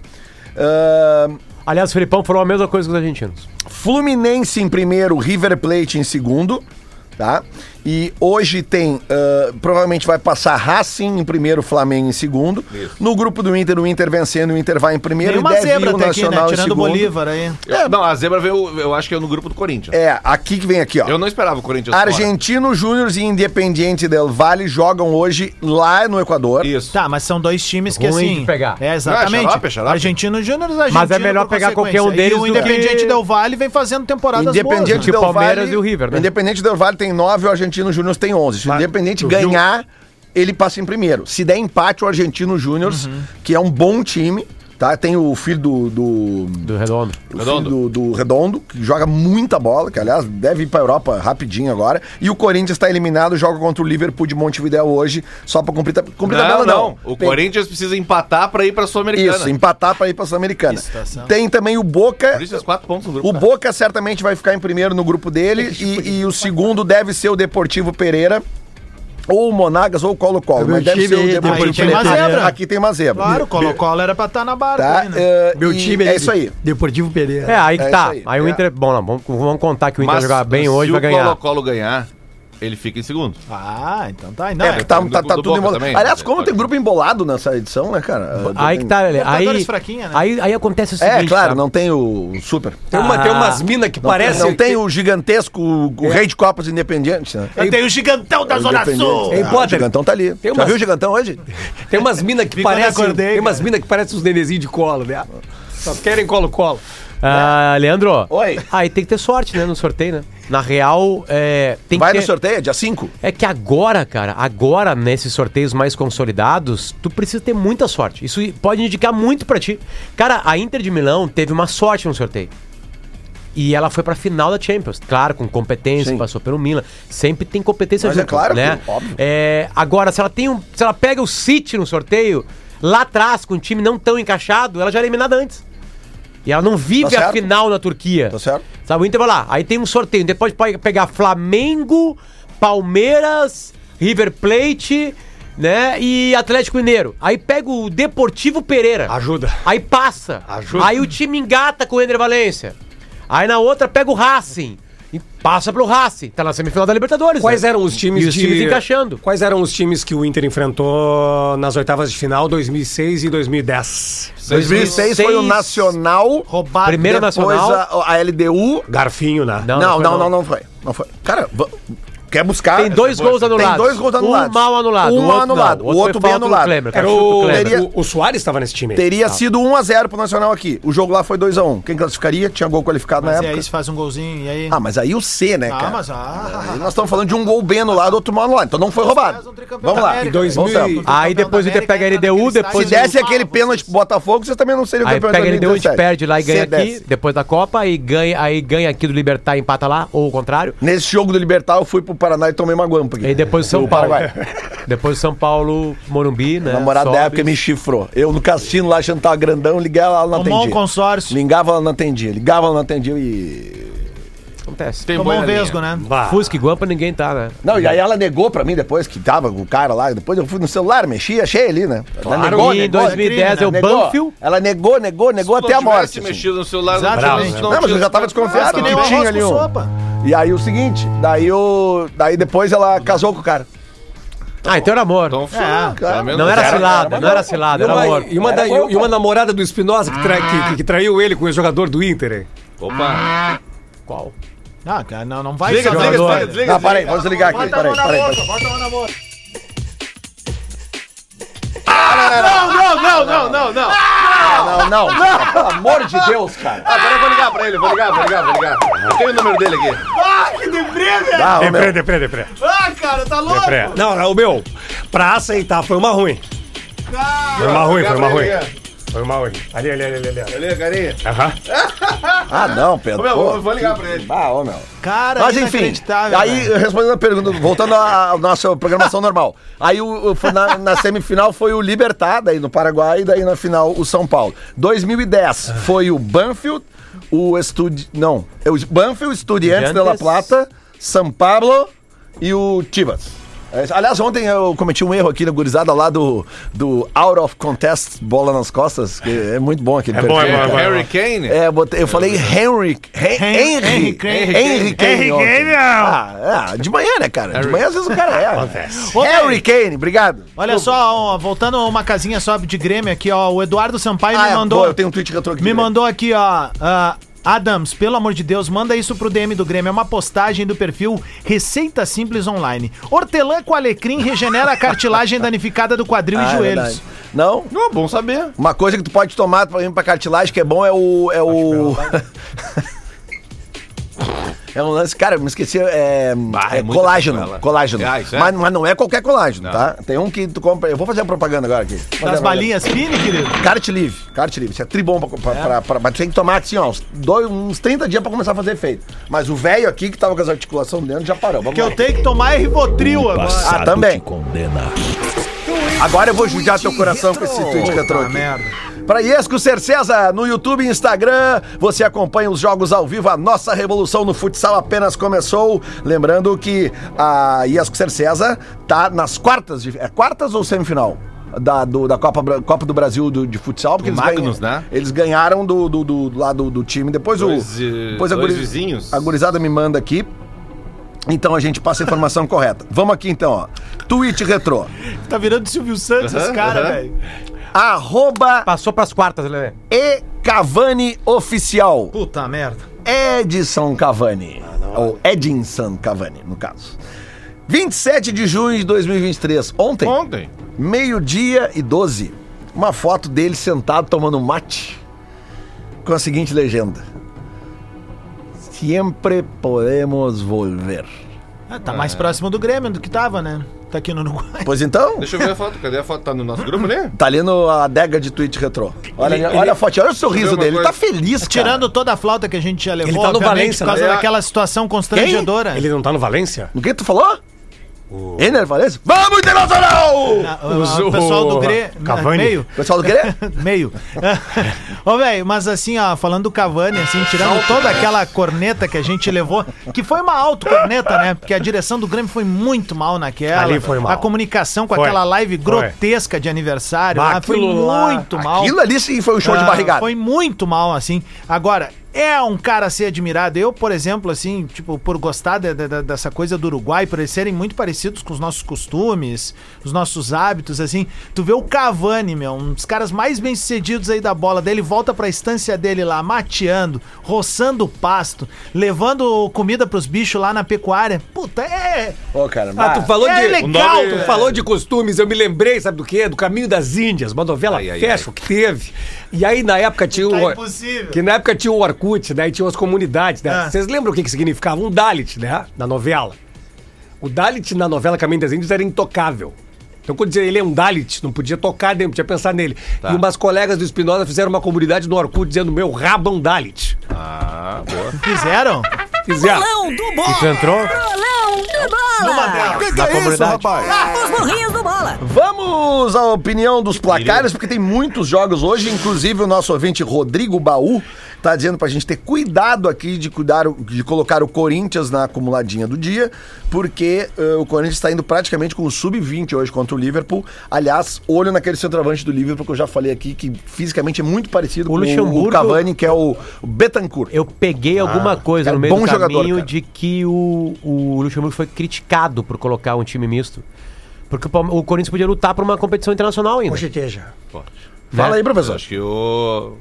S2: Ahn,
S3: Aliás, o Felipão falou a mesma coisa que os argentinos.
S2: Fluminense em primeiro, River Plate em segundo, tá? E hoje tem, ah, provavelmente vai passar Racing em primeiro, Flamengo em segundo. No grupo do Inter, o Inter vencendo, o Inter vai em primeiro
S6: Tem uma
S2: e deve
S6: zebra
S2: ir o
S6: até aqui,
S2: Nacional
S6: né?
S2: em
S6: Tirando o
S2: segundo.
S6: Bolívar aí.
S4: Eu- não, a zebra veio, eu acho que é no grupo do Corinthians.
S2: É, aqui que vem aqui, ó.
S4: Eu não esperava o Corinthians fora.
S2: Argentino Júnior e Independiente del Valle jogam hoje lá no Equador.
S4: Isso.
S6: Tá, mas são dois times que
S3: Ruim
S6: assim.
S3: de pegar.
S6: É, exatamente.
S4: Ah, é xarope, é xarope.
S6: Argentino Júnior e Argentino.
S3: Mas é melhor
S6: por
S3: pegar
S6: consequência.
S3: qualquer um
S6: E
S3: deles
S6: o
S3: do
S6: Independiente
S3: que-
S6: Del Valle vem fazendo temporadas boas.
S2: Independente
S6: né?
S3: Que
S2: del
S3: o Palmeiras
S2: Valle,
S3: e o River, né?
S2: Independente del Valle tem 9, o Argentino Júnior tem 11. Se o
S5: Mas,
S2: Independente
S5: tu viu?
S2: ganhar, ele passa em primeiro. Se der empate, o Argentino Júnior, que é um bom time, tá? Tem o filho do... do...
S3: Do Redondo.
S2: o
S4: Redondo.
S2: filho do, do Redondo, que joga muita bola, que aliás deve ir pra Europa rapidinho agora. E o Corinthians tá eliminado, joga contra o Liverpool de Montevideo hoje, só pra cumprir, ta- cumprir tabela,
S4: Não,
S2: não.
S4: não. O
S2: Tem-
S4: Corinthians precisa empatar pra ir pra Sul-Americana. tá
S2: Isso, empatar pra ir pra Sul-Americana.
S6: Situação.
S2: Tem também o Boca.
S4: Por isso, os quatro pontos no grupo.
S2: O
S4: né?
S2: Boca certamente vai ficar em primeiro no grupo
S4: É
S2: dele
S4: tipo,
S2: e, e o segundo deve ser o Deportivo Pereira. Ou o Monagas ou o Colo-Colo,
S5: Eu
S2: mas
S5: vi o
S2: deve ser
S5: time
S2: o
S5: aí,
S2: Deportivo
S6: Deportivo
S2: Pereira.
S6: Pereira.
S2: Aqui tem uma zebra.
S6: Claro, o Colo-Colo era pra estar na barra.
S2: Tá,
S6: aí, né?
S2: eh,
S5: Meu
S2: e
S5: time
S2: é isso aí.
S5: Deportivo Pereira.
S3: É, aí que
S2: É
S3: tá.
S2: isso aí.
S3: Aí, o
S2: É.
S3: Inter. Bom, não, vamos, vamos contar que o Inter jogar bem hoje,
S4: se
S3: vai ganhar.
S4: o Colo-Colo ganhar, ele fica em segundo.
S6: Ah, então tá. Não,
S2: É,
S6: é,
S2: porque tá,
S4: do-
S2: tá-
S4: do
S2: tá
S4: Boca
S2: tudo embolado.
S4: também,
S2: Aliás,
S4: né?
S2: como tem grupo embolado nessa edição, né, cara?
S3: Aí que tá, Lelê.
S6: Libertadores
S3: Aí,
S6: fraquinha, né?
S3: aí, aí acontece o seguinte.
S2: É, claro,
S3: tá? Ah,
S2: não tem o Super. Ah,
S5: Tem, uma, tem umas minas que parecem.
S2: não tem o gigantesco, o rei de Copas Independente, né?
S6: Tem o gigantão da É Zona Sul. É,
S5: Ei,
S2: Ah, o
S5: Potter.
S2: gigantão tá ali.
S5: Tem
S2: Já
S5: umas-
S2: viu o gigantão hoje?
S5: Tem umas minas que
S6: Vi quando
S5: parecem.
S6: acordei,
S5: Tem umas
S6: cara.
S5: minas que parecem uns nenezinhos de colo, né? Só querem colo-colo.
S3: Ah, Leandro.
S2: Oi.
S3: Aí tem que ter sorte, né? No sorteio, né? Na real, é, tem
S2: Vai
S3: que
S2: no
S3: ter...
S2: sorteio, é dia 5?
S3: É que agora, cara, agora nesses sorteios mais consolidados, tu precisa ter muita sorte. Isso pode indicar muito pra ti. Cara, a Inter de Milão teve uma sorte no sorteio. E ela foi pra final da Champions. Claro, com competência,
S2: Sim.
S3: passou pelo Milan. Sempre tem competência
S2: Mas é
S3: junto,
S2: claro,
S3: né?
S2: pô, óbvio.
S3: É, agora, se ela tem um, se ela pega o City no sorteio, lá atrás, com um time não tão encaixado, ela já era eliminada antes. E ela não vive
S2: Tá
S3: a
S2: certo.
S3: final na Turquia.
S2: Tá certo.
S3: Sabe, o Inter vai lá. Aí tem um sorteio. Depois pode pegar Flamengo, Palmeiras, River Plate, né? E Atlético Mineiro. Aí pega o Deportivo Pereira.
S5: Ajuda.
S3: Aí passa.
S5: Ajuda.
S3: Aí o time engata com o Ender Valência. Aí na outra pega o Racing. E passa pro Racing. Tá na semifinal da Libertadores.
S5: Quais
S3: né?
S5: eram os times
S3: E os times encaixando.
S5: Quais eram os times que o Inter enfrentou nas oitavas de final 2006 e 2010?
S2: 2006 foi o
S3: 2006.
S2: Nacional.
S6: Roubado.
S3: Primeiro
S2: depois
S3: Nacional.
S2: A, a LDU.
S5: Garfinho, né?
S3: Não,
S2: Não,
S3: foi
S2: não, não,
S3: não.
S2: não, foi. Não foi. Cara, va- quer buscar.
S3: Tem dois gols anulados.
S2: Ah, Tem dois gols anulados.
S3: Um mal anulado.
S2: Um
S3: o outro
S2: anulado.
S3: não.
S2: O outro
S3: foi
S2: bem
S3: falta do
S2: anulado.
S3: Klemer, cara.
S5: Era
S3: Chute do
S5: o,
S3: Klemer.
S2: Teria-
S5: o, o Soares estava nesse time. aí.
S3: Ah.
S2: Teria sido 1x0 pro Nacional aqui. O jogo lá foi 2x1. Quem classificaria? Tinha gol qualificado
S6: Mas
S3: é
S2: na
S6: e
S2: época.
S6: aí se faz um golzinho, e aí...
S2: Ah, mas aí o C, né, cara?
S6: Ah, mas... Ah,
S2: Aí nós estamos falando de um gol bem anulado, outro mal anulado. Então não foi roubado.
S6: caras, um tricampeão
S2: Vamos
S6: da
S2: lá.
S6: América,
S2: Vamos
S5: né?
S2: lá.
S5: 2000 e-
S3: Aí depois o Inter pega a LDU,
S2: Se
S3: depois
S2: desse aquele pênalti pro Botafogo, você também não seria o
S3: Aí
S2: campeão
S3: pega ele deu onde
S2: 2017.
S3: perde lá e
S2: Se
S3: ganha aqui,
S2: desse.
S3: depois da Copa, aí ganha, aí ganha aqui do Libertar e empata lá, ou o contrário.
S2: Nesse jogo do Libertar, eu fui pro Paraná e tomei uma guampa
S3: E aí
S2: aqui.
S3: depois São
S2: O
S3: Paulo.
S2: Paraguai.
S3: Depois São Paulo, Morumbi, né?
S2: A namorada
S3: sobe.
S2: da época me chifrou. Eu no cassino lá achando que tava grandão, liguei ela, ela não
S6: Tomou um
S2: atendia.
S6: consórcio.
S2: Ligava, ela não atendia. Ligava, ela não atendia e...
S3: Acontece.
S4: Tem
S6: Tomou
S4: boi
S6: um
S4: na linha.
S6: vesgo, né?
S5: Bah.
S3: Fusca e Guampa ninguém tá, né?
S2: Não, e aí ela negou pra mim depois que tava com o cara lá. Depois eu fui no celular, mexi, achei ali, né? ela negou,
S3: e em
S2: negou, né?
S3: 2010 é o
S2: negou.
S3: Banfield.
S2: Ela negou, negou, negou
S4: Se
S2: até a
S4: não
S2: morte.
S4: tivesse
S2: assim.
S4: mexido no celular,
S6: Exatamente.
S4: tivesse-
S2: Não, mas eu já tava
S6: Mas
S2: desconfiado
S6: que
S2: que,
S6: nem um
S2: tinha
S6: arroz
S2: ali
S6: com
S2: um.
S6: sopa.
S2: E aí o seguinte, daí o. Daí depois ela casou com o cara.
S3: Ah, então era amor.
S4: Então, funcionou,
S2: É, cara.
S4: pelo menos.
S3: não era
S4: Era-
S3: cilada, não era
S5: E
S3: cilada, era
S5: uma,
S3: amor.
S5: e uma da- e uma namorada do Espinosa que, tra- que- que- que traiu ele com o jogador do Inter. hein?
S4: Opa.
S3: Qual?
S6: Ah, cara, não, não vai
S4: Liga,
S6: saber.
S4: liga, liga,
S6: Jogador.
S4: liga.
S2: Não, peraí, vamos ligar aqui. Peraí, peraí. Ah,
S4: Não, não, não, não, não.
S2: Não, não, não, pelo amor de Deus, cara.
S4: Agora eu vou ligar pra ele, vou ligar, vou ligar, vou ligar. Eu tenho o número dele aqui.
S2: Ah,
S5: É,
S2: ô, meu.
S5: deprê, deprê.
S6: Ah, cara, tá louco.
S5: deprê. Não, não, o meu, pra aceitar foi uma ruim. Foi uma ruim, foi uma ruim. Foi uma ruim. Ali, ali, ali, ali. ali.
S4: Olha, carinha.
S5: Aham.
S2: Ah, não, Pedro.
S4: Meu,
S2: pô.
S4: eu vou ligar pra ele.
S2: Ah, ô, meu.
S6: Cara,
S5: é
S2: Mas enfim,
S6: inacreditável,
S2: aí
S6: né?
S2: respondendo a pergunta, voltando à à nossa programação normal. Aí o, o- foi na, na semifinal foi o Libertar, daí no Paraguai, e daí na final o São Paulo. 2010 foi o Banfield, o Estudi... Não, é o Banfield, Estudiantes de La
S3: Estudiantes.
S2: Plata, São Paulo e o Chivas. É, Aliás, ontem eu cometi um erro aqui na gurizada lá do, do Out of Contest Bola nas Costas, que é muito bom aquele
S5: É bom, é bom, é bom.
S4: Harry Kane?
S2: é, eu, botei- eu falei Henry. Henry. Henry.
S6: Henry- Henry-
S2: Henry Kane. ontem. Ah, ah, de manhã, né, cara? De manhã às vezes o cara erra. Henry Kane, obrigado.
S6: Olha só, ó, voltando uma casinha só de Grêmio aqui, ó. O Eduardo Sampaio
S2: Ah,
S6: me
S2: é,
S6: mandou.
S2: boa, eu tenho um tweet retro aqui.
S6: Me
S2: peraí.
S6: mandou aqui, ó. ah, Adams, pelo amor de Deus, manda isso pro DM do Grêmio. É uma postagem do perfil Receita Simples Online. Hortelã com alecrim regenera a cartilagem danificada do quadril
S2: Ah,
S6: e
S2: é
S6: joelhos.
S2: verdade. Não,
S4: Não, bom saber.
S2: uma coisa que tu pode tomar pra, pra cartilagem que é bom é o. É o. É um lance, cara, eu me esqueci, é, é
S4: é muita
S2: colágeno,
S4: coisa.
S2: colágeno.
S4: Ah, isso é?
S2: Mas, mas não é qualquer colágeno, tá? Tem um que tu compra, eu vou fazer a propaganda agora aqui. Fazer a
S6: Das
S2: propaganda.
S6: balinhas fine, querido.
S2: Carte livre, carte livre. Isso é tribom pra, pra, pra- pra- Mas tem que tomar assim, ó, uns, dois, uns 30 dias pra começar a fazer efeito. Mas o velho aqui que tava com as articulações dentro já parou. Vamos
S6: Que
S2: lá.
S6: eu tenho que tomar é Rivotril agora.
S2: Ah, também.
S1: te condena.
S2: Agora eu vou judiar teu coração com esse tweet que eu trouxe. Pra Iesco Ser César, no YouTube e Instagram, você acompanha os jogos ao vivo. A nossa revolução no futsal apenas começou. Lembrando que a Iesco Ser César tá nas quartas. De, é quartas ou semifinal? Da, do- da Copa, Bra- Copa do Brasil do- de futsal, porque
S4: Do
S2: eles,
S4: Magnus,
S2: ganham-
S4: né?
S2: eles ganharam do, do, do, do lado do time. Depois
S4: Dois,
S2: o.
S4: eh,
S2: Depois a,
S4: dois
S2: guri-
S4: vizinhos.
S2: a gurizada me manda aqui. Então a gente passa a informação correta. Vamos aqui então, ó. Tweet retrô.
S6: Tá virando Silvio Santos, esse cara,
S4: aham.
S6: velho.
S2: Arroba
S3: Passou pras quartas, né?
S2: E Cavani Oficial.
S6: Puta merda.
S2: Edson Cavani. ou Edinson Cavani, no caso. 27 de junho de 2023. Ontem,
S4: Ontem.
S2: meio-dia e 12. Uma foto dele sentado tomando mate. Com a seguinte legenda: Sempre podemos volver.
S6: Ah, tá mais próximo do Grêmio do que tava, né? Tá aqui no Uruguai.
S2: Pois então.
S4: Deixa eu ver a foto. Cadê a foto? Tá no nosso grupo ali?
S2: Tá ali no a adega de tweet retrô. Olha, olha a foto, olha o sorriso
S4: uma
S2: dele. Ele
S4: coisa?
S2: tá feliz, cara.
S6: Tirando toda a flauta que a gente já levou,
S5: tá no
S6: obviamente,
S5: Valência,
S6: por causa
S4: né?
S6: daquela situação constrangedora.
S5: Ele não tá no Valência?
S2: O que tu falou? Ener Valencia? Vamos, Internacional!
S6: Ah, o pessoal do Gre...
S5: Cavani.
S6: Meio.
S2: Pessoal do Grêmio?
S6: Meio. Ô, velho, mas assim, ó, falando do Cavani, assim, tirando toda aquela corneta que a gente levou, que foi uma autocorneta, né? Porque a direção do Grêmio foi muito mal naquela.
S5: Ali foi mal.
S6: A comunicação com
S5: Foi.
S6: aquela live grotesca de aniversário,
S5: Bah,
S6: lá, foi
S5: aquilo lá-
S6: muito mal.
S2: Aquilo ali sim foi um show de
S6: Ah,
S2: barrigada.
S6: Foi muito mal, assim. Agora, é um cara a ser admirado. Eu, por exemplo, assim, tipo, por gostar de- de- de- dessa coisa do Uruguai, por eles serem muito parecidos com os nossos costumes, os nossos hábitos, assim. Tu vê o Cavani, meu, um dos caras mais bem-sucedidos aí da bola dele, volta pra estância dele lá, mateando, roçando o pasto, levando comida pros bichos lá na pecuária. Puta, é...
S2: Ô, cara,
S5: Ah, tu falou
S6: é
S5: de.
S6: legal,
S5: tu falou de costumes, eu me lembrei, sabe do quê? Do Caminho das Índias, uma novela
S4: Ai, ai,
S5: fashion que teve. E aí na época tinha
S6: Tá
S5: o.
S6: impossível.
S5: Que na época tinha o Orkut, né? E tinha as comunidades, né?
S6: Ah.
S5: Vocês lembram o que, que significava? Um Dalit, né? Na novela. O Dalit na novela Caminho das Índias era intocável. Então, quando dizia ele é um Dalit, não podia tocar nele, não podia pensar nele. E umas colegas do Espinosa fizeram uma comunidade no Orkut dizendo: meu rabo é um Dalit.
S4: Ah, boa.
S6: Fizeram?
S5: Fizeram.
S8: Bolão do bola!
S3: tu entrou?
S8: Bolão do
S6: delas.
S8: bola!
S9: Que que
S3: Na
S9: é isso,
S3: comunidade.
S9: rapaz?
S8: Os burrinhos do bola!
S2: Vamos à opinião dos placares, porque tem muitos jogos hoje, inclusive o nosso ouvinte Rodrigo Baú tá dizendo pra gente ter cuidado aqui de cuidar o- de colocar o Corinthians na acumuladinha do dia, porque eh, o Corinthians tá indo praticamente com o sub-20 hoje contra o Liverpool. Aliás, olho naquele centroavante do Liverpool que eu já falei aqui que fisicamente é muito parecido com o
S3: Luxemburgo-
S2: Cavani, que é o o Betancourt.
S3: Eu peguei alguma coisa
S2: cara,
S3: no meio
S2: Ah, é um bom
S3: do
S2: jogador,
S3: caminho
S2: cara.
S3: de que o, o Luxemburgo foi criticado por colocar um time misto. Porque o, Palme- o Corinthians podia lutar por uma competição internacional ainda. Né? É.
S2: Fala aí,
S4: Mas
S2: professor.
S4: acho que o.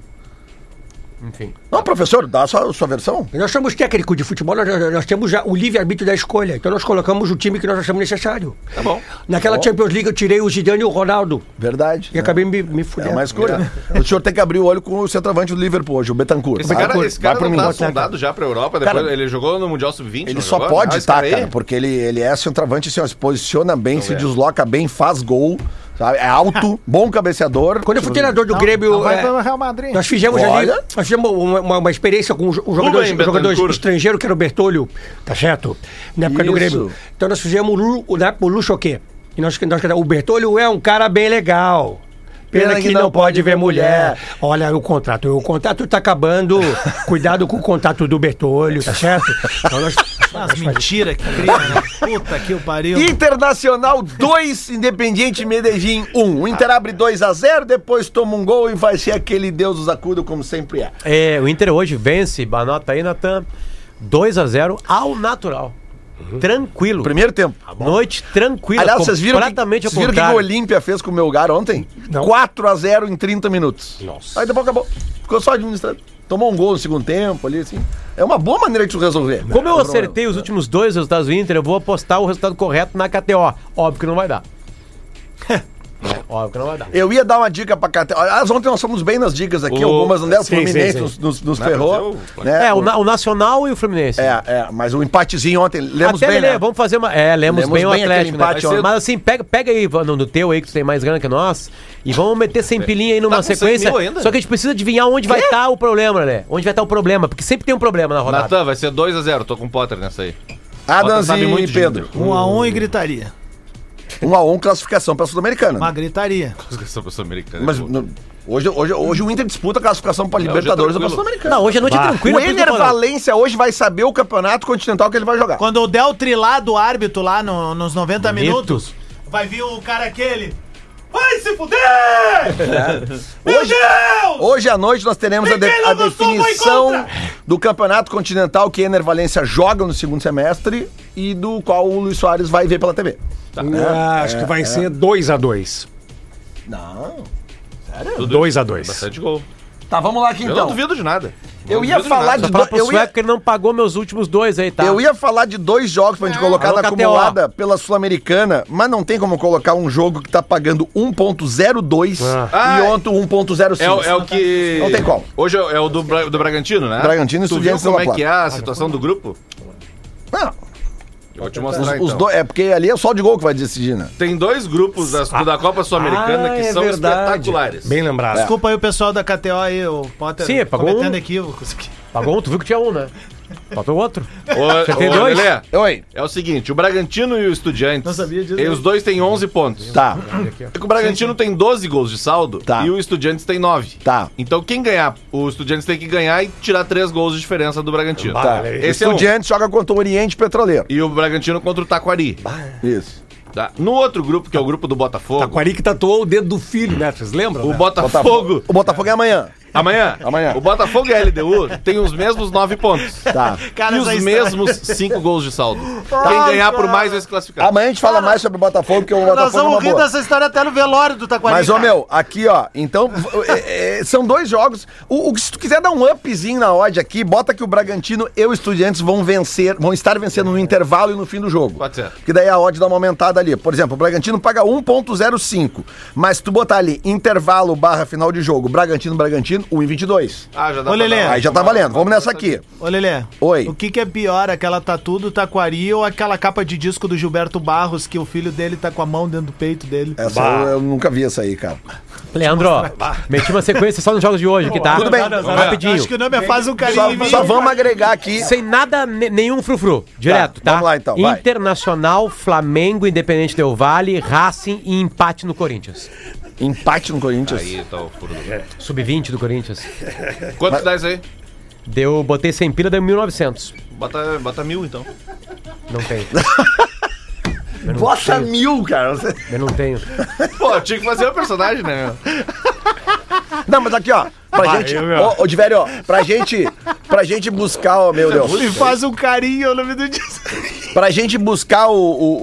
S3: Enfim.
S2: Não, professor, dá a sua, sua versão.
S5: Nós somos técnico de futebol, nós, nós- nós temos já o livre-arbítrio da escolha. Então nós colocamos o time que nós achamos necessário. Tá bom. Naquela Champions League eu tirei o Zidane e o Ronaldo.
S2: Verdade.
S5: E acabei me, me fudendo.
S2: É uma escolha. O senhor tem que abrir o olho com o centroavante do Liverpool hoje, o Betancourt.
S4: Esse
S2: Tá?
S4: cara, esse cara
S5: pro
S4: não tá
S5: Mingotec.
S4: sondado já pra Europa, depois
S2: né, Cara,
S4: ele jogou no Mundial Sub-20.
S2: Ele
S4: não
S2: só
S4: jogou?
S2: pode
S4: Ah, esse
S2: estar,
S4: aí?
S2: cara, porque ele, ele é centroavante, assim, ó, se posiciona bem, se
S4: é.
S2: desloca bem, faz gol, sabe? É alto, bom cabeceador.
S5: Quando eu fui treinador do Grêmio,
S6: Não vai
S5: é,
S6: pro Real Madrid.
S5: nós fizemos ali,
S2: Olha.
S5: nós fizemos uma, uma- uma experiência com um jo- um jogador,
S4: Rubem
S5: um jogador
S4: Bentancur.
S5: estrangeiro, que era o Bertolho, tá certo? Na época do
S2: Isso.
S5: Grêmio. Então nós fizemos o Lu- o, na época, o Luchoquê. E nós, nós, o Bertolho é um cara bem legal. Pena, que, não, pode ver mulher. Olha o contrato. O contrato tá acabando. Cuidado com o contrato do Bertolho, tá certo? Então nós,
S6: As mentiras que cria, né? Puta que o pariu.
S2: Internacional 2, Independiente Medellín 1. O Inter abre 2 a 0 depois toma um gol e vai ser aquele Deus dos acudos, como sempre é.
S3: É, o Inter hoje vence, anota aí, Natan, 2x0 ao natural. Tranquilo.
S2: Primeiro tempo.
S3: Noite tranquila.
S2: Aliás, vocês viram, que,
S3: completamente ao
S2: vocês viram o que o
S3: contrário.
S2: Olímpia fez com o meu lugar ontem?
S5: Não.
S2: 4 a 0 em 30 minutos.
S5: Nossa.
S2: Aí depois acabou. Ficou só administrando. Tomou um gol no segundo tempo ali, assim. É uma boa maneira de tu resolver.
S3: Como
S2: Não
S3: eu
S2: tem problema.
S3: acertei os últimos dois resultados do Inter, eu vou apostar o resultado correto na KTO. Óbvio que não vai dar. Óbvio que não vai dar.
S2: é. Eu ia dar uma dica pra Caté. Aliás, ontem nós fomos bem nas dicas aqui,
S4: O-
S2: algumas não deram. O
S5: Sim,
S2: Fluminense
S5: sim, sim.
S2: nos, nos- nos
S4: Não,
S2: ferrou.
S4: mas eu-
S2: né?
S3: É, o,
S2: O-
S3: na- o Nacional e o Fluminense.
S2: é, é, mas o empatezinho ontem, lemos
S3: Até
S2: bem,
S3: Lelê,
S2: né?
S3: vamos fazer uma. É, lemos,
S2: Lemos
S3: bem o
S2: bem aquele
S3: Atlético, né?
S2: empate, ó.
S3: Mas assim, pega, pega aí no, no teu aí, que tu tem mais grana que nós, e vamos meter sem
S2: É.
S3: pilinha aí
S2: Tá
S3: numa
S4: com cem
S3: sequência.
S4: mil ainda?
S3: Só que a gente precisa adivinhar onde vai estar o problema, Lelê. Onde vai estar o problema, porque sempre tem um problema na rodada.
S4: Natan, vai ser 2x0, tô com o Potter nessa aí.
S2: Adams
S4: sabe muito
S2: e
S4: de
S2: Pedro.
S6: Um a um e gritaria.
S2: Um a um, classificação pra Sul-Americana.
S6: Uma gritaria.
S4: Essa pessoa americana.
S2: Mas
S4: Pô.
S2: no- hoje, hoje, hoje o Inter disputa a classificação pra
S4: hoje é
S2: Libertadores ou pra
S4: tranquilo.
S2: Sul-Americana.
S3: Não, hoje a noite é tranquila.
S2: Ah, O
S3: por isso que eu
S2: Ener
S3: tô falando.
S2: Valência hoje vai saber o campeonato continental que ele vai jogar.
S6: Quando der o trilar do árbitro lá no- nos 90
S3: Bonito.
S6: minutos, vai vir o cara aquele. Vai se fuder! Meu
S2: Hoje-
S6: Deus!
S2: Hoje à noite nós teremos a, de-
S6: Ninguém lá
S2: a
S6: do Sul vai
S2: definição
S6: contra!
S2: do Campeonato Continental que Ener Valência joga no segundo semestre e do qual o Luiz Soares vai ver pela TV.
S5: Ah, acho que vai ser 2x2.
S2: Não.
S5: 2x2.
S4: Bastante gol.
S2: Tá, vamos lá aqui
S4: Eu não duvido de nada.
S2: Eu
S4: Não
S2: ia
S4: duvido
S2: falar
S4: nada.
S2: de
S3: Só fala
S2: do-
S3: pro
S2: eu
S3: sueco
S2: ia,
S3: que ele não pagou meus últimos dois aí, tá?
S2: eu ia falar de dois jogos pra gente colocar
S3: Alô,
S2: na
S3: KTO.
S2: acumulada pela Sul-Americana, mas não tem como colocar um jogo que tá pagando 1.02
S4: Ah.
S2: e um ontem 1.05.
S4: É, o- é o que.
S2: Não tem como.
S4: Hoje é, é o do, Bra- do Bragantino, né?
S2: Bragantino e
S4: tu viu
S2: Estudiantes
S4: como
S2: da La
S4: é que é a situação do grupo?
S2: Não,
S4: Eu vou te
S2: os,
S4: mostrar.
S2: os
S4: então.
S2: dois- é porque ali é só de gol que vai decidir, né?
S4: Tem dois grupos das- da Copa Sul-Americana
S5: Ah,
S4: que
S5: é
S4: são
S5: verdade.
S4: espetaculares.
S5: Bem lembrado.
S6: Desculpa aí o pessoal da KTO aí, o Potter
S3: Sim, pagou
S6: cometendo
S3: um.
S6: equívocos aqui.
S3: Pagou um, tu viu que tinha um, né? Falta o outro.
S4: Ô,
S3: tem
S4: ô,
S3: dois?
S4: Lelê,
S2: Oi.
S4: é o seguinte, o Bragantino e o Estudiantes.
S6: Não sabia disso.
S4: E os dois têm 11 pontos.
S2: Tá.
S4: É que O Bragantino tem 12 gols de saldo
S2: Tá.
S4: e o Estudiantes tem 9.
S2: Tá.
S4: Então quem ganhar, o Estudiantes tem que ganhar e tirar 3 gols de diferença do Bragantino.
S2: Tá.
S4: Esse é um.
S2: Estudiante joga contra o Oriente Petroleiro.
S4: E o Bragantino contra o Taquari.
S2: Isso.
S4: Tá. No outro grupo, que é o grupo do
S2: Tá
S4: Botafogo,
S5: Taquari que tatuou o dedo do filho, né? Vocês lembram?
S4: o
S5: né?
S4: Botafogo.
S2: O Botafogo é amanhã.
S4: Amanhã.
S2: Amanhã.
S4: O Botafogo e a LDU tem os mesmos 9 pontos.
S2: Tá.
S6: Cara,
S4: e
S6: essa
S4: os
S6: história- Tá.
S4: mesmos 5 gols de saldo. Quem ganhar por mais vai se classificar.
S2: Amanhã a gente fala mais sobre o Botafogo, porque o
S6: Nós
S2: Botafogo é uma
S6: vamos rir
S2: boa.
S6: dessa história até no velório do Taquari.
S2: Mas, ô
S6: cara.
S2: meu, aqui, ó, então, é, é, são dois jogos. O, o- se tu quiser dar um upzinho na odd aqui, bota que o Bragantino e o Estudiantes vão vencer, vão estar vencendo no intervalo e no fim do jogo.
S4: Pode ser.
S2: Que daí a odd dá uma aumentada ali. Por exemplo, o Bragantino paga 1.05, mas se tu botar ali intervalo barra final de jogo, Bragantino, Bragantino, 1.22.
S4: Ah, já dá
S6: Ô,
S4: pra
S6: Lelê.
S4: dar-
S2: Aí já tá valendo. Vamos nessa aqui.
S6: Ô, Lelê.
S2: Oi.
S6: O que, que é pior, aquela tatu do Taquari ou aquela capa de disco do Gilberto Barros que o filho dele tá com a mão dentro do peito dele?
S2: Essa eu, eu nunca vi essa aí, cara.
S3: Leandro, ó, meti uma sequência só nos jogos de hoje, que tá?
S2: Tudo bem.
S3: Rapidinho.
S6: Acho que o nome é Faz um Carinho
S2: Só,
S6: em mim.
S2: só vamos agregar aqui.
S3: Sem nada, ne- nenhum frufru. Direto, tá?
S2: vamos lá então, vai.
S3: Internacional, Flamengo, Independente Del Vale, Racing e empate no Corinthians.
S2: Empate no Corinthians.
S4: Aí, tá o furo do-
S3: Sub-20 do Corinthians.
S4: Quanto dá isso aí?
S3: Deu, botei 100 pila, deu 1.900.
S4: Bota, bota mil, então.
S3: Não tenho,
S2: Bota mil, cara.
S3: eu não tenho.
S4: Pô, tinha que fazer o personagem, né? meu?
S2: Não, mas aqui, ó. Pra gente. Ô, ô, Diverio, ó. Pra gente. Pra gente buscar, ó, meu Deus.
S6: E faz um carinho, é o nome do disco.
S2: Pra gente buscar o. o,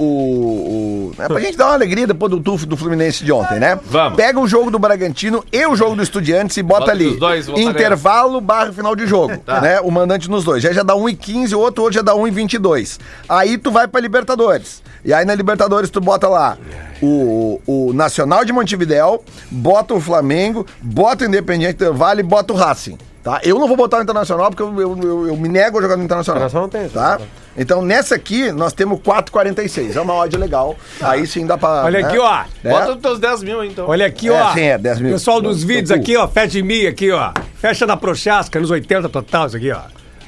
S2: o, o- né, pra gente dar uma alegria depois do tufo do Fluminense de ontem, né?
S4: Vamos.
S2: Pega o jogo do Bragantino e o jogo do Estudiantes e bota,
S4: Bota
S2: ali.
S4: os dois, bota
S2: intervalo barra final de jogo. né? O mandante nos dois. Já já dá 1,15, o outro hoje já dá 1,22. Aí tu vai pra Libertadores. E aí na Libertadores tu bota lá o, o Nacional de Montevidéu, bota o Flamengo, bota o Independiente Del Vale e bota o Racing. Tá? Eu não vou botar o Internacional porque eu, eu, eu- eu me nego a jogar no Internacional.
S3: Internacional não tem,
S2: Tá? Então nessa aqui nós temos 4,46. É uma odd legal.
S3: Tá.
S2: Aí sim dá pra.
S5: Olha
S2: né?
S5: aqui, ó.
S2: É.
S4: Bota os teus 10 mil, então.
S5: Olha aqui,
S2: É,
S5: ó.
S2: sim, é, 10 mil. tá
S5: Pessoal dos
S2: Teu
S5: vídeos
S2: cu.
S5: aqui, ó. Fecha em mim aqui, ó. Fecha da Prochasca, nos 80 total, isso aqui, ó.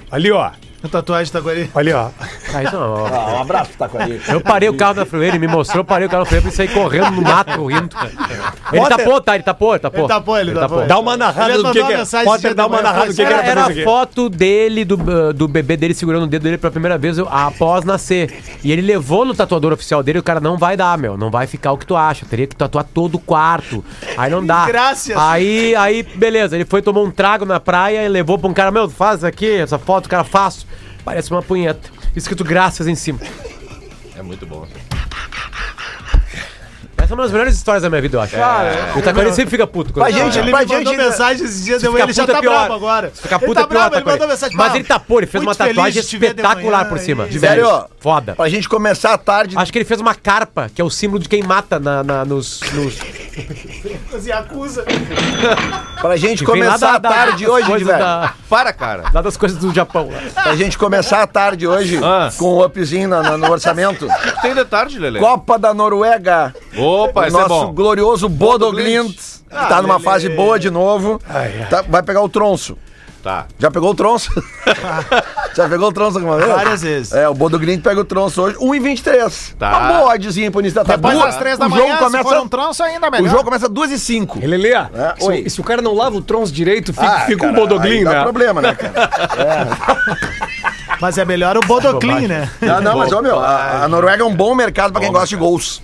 S5: Ali, ó.
S6: A tatuagem do Taquari.
S5: Ali, ó.
S3: Ah, isso não, ó.
S2: Ah, um abraço pro Taquari.
S3: Eu parei o carro na Frueira, ele me mostrou, eu parei o carro na Frueira pra ele sair correndo no mato, rindo. Ele
S5: Potter-
S3: tapou, tá? Ele tapou, ele tapou.
S6: Ele tapou, ele tapou.
S5: Dá uma narrada
S6: Ele
S5: do que,
S6: mandou
S5: que
S6: uma
S5: é.
S6: mensagem
S5: Potter,
S6: dia
S5: dá
S6: da
S5: uma
S6: manhã,
S5: narrada do que, que
S3: Era,
S5: era,
S3: era
S5: pra
S3: a
S5: fazer isso aqui.
S3: foto dele, do, uh, do bebê dele segurando o dedo dele pela primeira vez eu- após nascer. E ele levou no tatuador oficial dele, o cara não vai dar, meu. Não vai ficar o que tu acha. Teria que tatuar todo o quarto. Aí não dá.
S6: Graças.
S3: Aí, aí, beleza. Ele foi, tomou um trago na praia e levou pra um cara, meu, faz aqui essa foto, o cara, faço. Parece uma punheta. Escrito graças em cima.
S4: É muito bom.
S3: Essa é uma das melhores histórias da minha vida, eu acho. o Taquari sempre fica puto. quando
S2: Pra
S3: eu-
S2: gente,
S6: é. Ele
S2: pra
S6: me mandou
S2: gente.
S6: mensagem esses dias, deu
S3: fica
S6: ele já
S3: puto é
S6: tá
S3: pior.
S6: brabo agora.
S3: Se ficar puto
S6: ele
S3: é
S6: tá
S3: pior,
S6: brabo, ele tá
S3: Taquari.
S6: mandou mensagem.
S3: Mas
S6: "Pau,
S3: ele tapou, ele fez
S6: muito
S3: uma
S6: feliz
S3: tatuagem
S6: de te ver de
S3: espetacular
S6: manhã
S3: por cima.
S6: aí."
S3: De
S2: Sério,
S3: velho.
S2: ó.
S3: Foda.
S2: Pra gente começar a tarde.
S3: Acho que ele fez uma carpa, que é o símbolo de quem mata na, na- nos, nos.
S6: E acusa.
S2: Pra gente
S3: que vem lá
S2: começar
S3: da-
S2: a
S3: da-
S2: tarde
S3: das
S2: hoje,
S3: coisas
S2: velho.
S3: da-
S4: Para, cara.
S3: lá das coisas do Japão. lá.
S2: Pra gente começar a tarde hoje
S4: Ah.
S2: com o upzinho na- na- no orçamento.
S4: Tem de tarde, Lelê.
S2: Copa da Noruega.
S4: Opa,
S2: o
S4: esse é
S2: nosso
S4: bom.
S2: glorioso Bodo Glint. Que
S6: Ah,
S2: tá numa fase boa de novo. Tá- vai pegar o tronço.
S4: Tá.
S2: Já pegou o tronço? Já pegou o tronço alguma vez?
S6: Várias vezes.
S2: É, o Bodo Glint pega o tronço hoje. 1,23.
S4: Tá.
S2: Uma boa oddzinha pro início da tarde.
S6: Depois
S2: Duas-
S6: das três da
S2: o
S6: manhã,
S2: jogo
S6: se for
S2: começa,
S6: um tronço, ainda melhor.
S2: O jogo começa 2 e 5.
S5: Ele lê. se,
S2: oi.
S5: o- se o cara não lava o tronço direito, fica,
S2: Ah,
S5: fica um
S2: cara,
S5: bodoglinho,
S2: aí Dá
S5: né?
S2: problema, né, cara?
S6: Mas é melhor o Bodoclin, né?
S2: Não, não, mas, ó, meu, a, a Noruega é um bom mercado pra quem gosta de gols.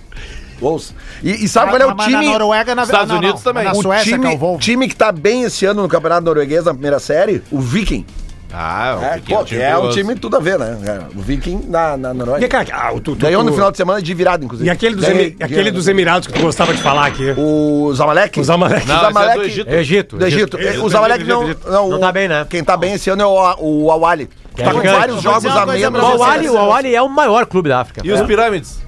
S2: Gols. E, e sabe qual é o
S6: Mas
S2: time...
S6: Na Noruega, na
S4: Estados
S6: não, não,
S4: Unidos também.
S6: Na
S2: O
S6: Suécia, que é
S2: time,
S6: o Volvo.
S2: time que tá bem esse ano no Campeonato Norueguês na primeira série, o Viking.
S4: Ah, o
S2: É,
S4: Piquinho
S2: pô, é um
S4: perigoso.
S2: time tudo a ver, né? cara? O Viking na, na Noruega.
S5: E, cara, ah, o tu- tu-
S2: Ganhou no
S5: tu-
S2: final de semana de virada, inclusive.
S5: E aquele dos,
S2: Ganhei-
S5: Emi- aquele dos Emirados que tu gostava de falar aqui.
S2: O Zamalek?
S5: O Zamalek.
S4: Não,
S2: Os
S4: esse é
S2: Zamalek-
S4: do Egito.
S3: É Egito.
S2: Do Egito. O Zamalek não, não.
S3: Não
S2: o-
S3: tá bem, né?
S2: Quem tá bem esse ano é o, o Awali. Tá com
S3: gigante.
S2: vários
S6: Vou dizer
S2: jogos
S6: é uma
S2: a
S6: coisa
S2: menos.
S3: O
S6: pra
S3: Awali, o Awali é o maior clube da África.
S4: E os pirâmides?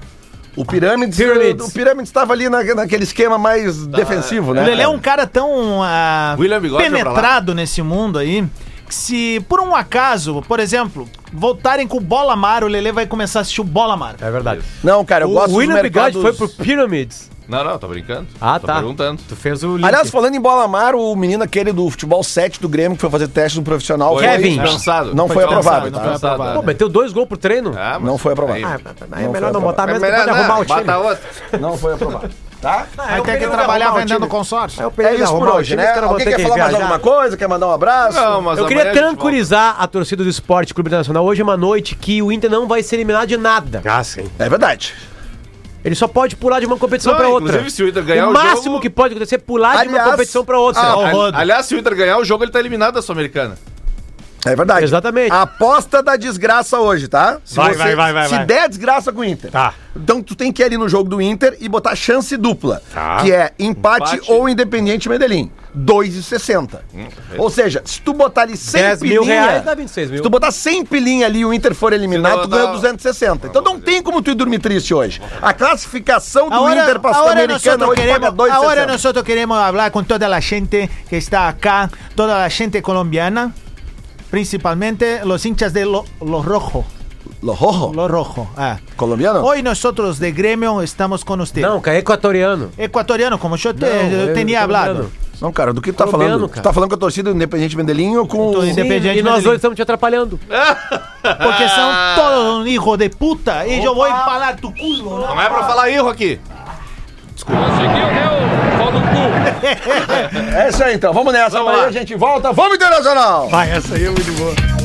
S2: O Pirâmides.
S3: Pyramids.
S2: O Pirâmides estava ali na- naquele esquema mais defensivo, né?
S6: O Lelê é um cara tão ah,
S4: William Bigode vai pra lá.
S6: penetrado nesse mundo aí que se por um acaso, por exemplo, voltarem com o Bola Mar, o Lelê vai começar a assistir o Bola Mar.
S3: É verdade.
S2: Não, cara, eu
S3: O,
S2: gosto
S3: o
S2: dos
S3: William Bigode
S2: mercados-
S3: foi pro Pyramids.
S4: Não, não, tô brincando.
S3: Ah,
S4: tô
S3: tá.
S4: perguntando.
S3: Tu fez o link.
S2: Aliás, falando em bola mar, o menino aquele do futebol 7 do Grêmio que foi fazer teste do profissional.
S4: Foi
S2: foi-
S3: Kevin.
S4: dispensado.
S2: Não foi aprovado,
S4: dispensado,
S2: tá?
S4: não foi aprovado.
S3: Pô, meteu dois gols pro treino.
S4: né? Ah, mas-
S2: Não foi aprovado.
S4: Aí,
S3: Ah, é
S2: foi
S3: melhor não
S2: aprovado.
S3: botar
S4: Ah, mas
S3: mesmo que
S4: melhor
S3: pode
S4: não,
S3: arrumar o time.
S4: bota outro.
S2: Não foi aprovado. Tá?
S3: Ah, é
S6: Aí
S3: o
S6: tem que
S3: período de
S6: trabalhar
S3: arrumar o
S6: vendendo
S3: time. É
S6: consórcio.
S3: o
S2: É
S3: período de
S2: isso por
S3: arrumar o
S2: hoje,
S3: time,
S2: né?
S3: os caras vão
S2: Alguém
S3: ter
S2: quer
S3: que
S2: falar mais
S3: viajar.
S2: alguma coisa? Quer mandar um abraço?
S4: Não, mas
S3: Eu
S4: amanhã
S3: queria
S4: a é gente
S3: tranquilizar a torcida do Esporte Clube Nacional. Hoje é uma noite que o Inter não vai ser eliminado de nada.
S5: Ah, sim.
S2: É verdade.
S3: Ele só pode pular de uma competição
S4: Não,
S3: pra outra.
S4: inclusive, se o Inter ganhar o
S3: máximo
S4: jogo-
S3: que pode acontecer é pular de
S2: Aliás-
S3: uma competição pra outra.
S4: volta.
S3: Ó,
S4: Ali-
S3: Rodo.
S4: Aliás, se o Inter ganhar o jogo, ele tá eliminado da Sul-Americana.
S2: É verdade.
S3: Exatamente.
S4: Ah,
S2: Aposta da desgraça hoje, tá? Se
S5: Vai, vai, vai, vai,
S2: Se
S5: vai.
S2: der desgraça com o Inter.
S5: Tá.
S2: Então tu tem que ir ali no jogo do Inter e botar chance dupla.
S5: Tá.
S2: Que é empate,
S4: Empate.
S2: ou Independente Medellín. 2,60. ou seja, se tu botar ali 100
S3: 10 mil reais, dá 26 mil.
S2: Se tu botar 100 pilinha ali e o Inter for eliminado,
S4: Senão
S2: tu ganha
S4: dá-
S2: 260. Então não tem como tu ir dormir triste hoje. A classificação do Inter pra
S6: ahora
S2: Sul-Americana hoje paga
S6: ahora
S2: 2,60.
S6: nosotros queremos hablar con toda la gente que está acá, toda la gente colombiana, principalmente los hinchas de Lo, Lo Rojo.
S2: Lohoho,
S6: Lo Rojo. ah.
S2: colombiano?
S6: Hoy nosotros de Gremio estamos con usted.
S3: Não, cara, é equatoriano.
S6: Ecuatoriano, como yo, te,
S3: Não,
S6: yo
S3: é
S6: tenía hablado.
S3: equatoriano.
S2: Não, cara, do que tu tá
S3: Colombiano,
S2: falando? Tu
S3: cara.
S2: tá falando com a torcida do Independente Medellín ou com...
S6: Tô
S2: o-
S6: indo- Independiente
S3: Sim, e nós
S6: Medellín.
S3: dois estamos te atrapalhando.
S6: Porque son todos un hijo de puta. Y yo voy a parar tu culo. ¿no?
S4: Não é pra falar erro aqui.
S2: É isso aí, então. Vamos nessa.
S4: Vamos
S2: Amanhã
S4: lá.
S2: É então. a gente volta. Vamos, Internacional!
S5: Vai, essa aí é muito boa.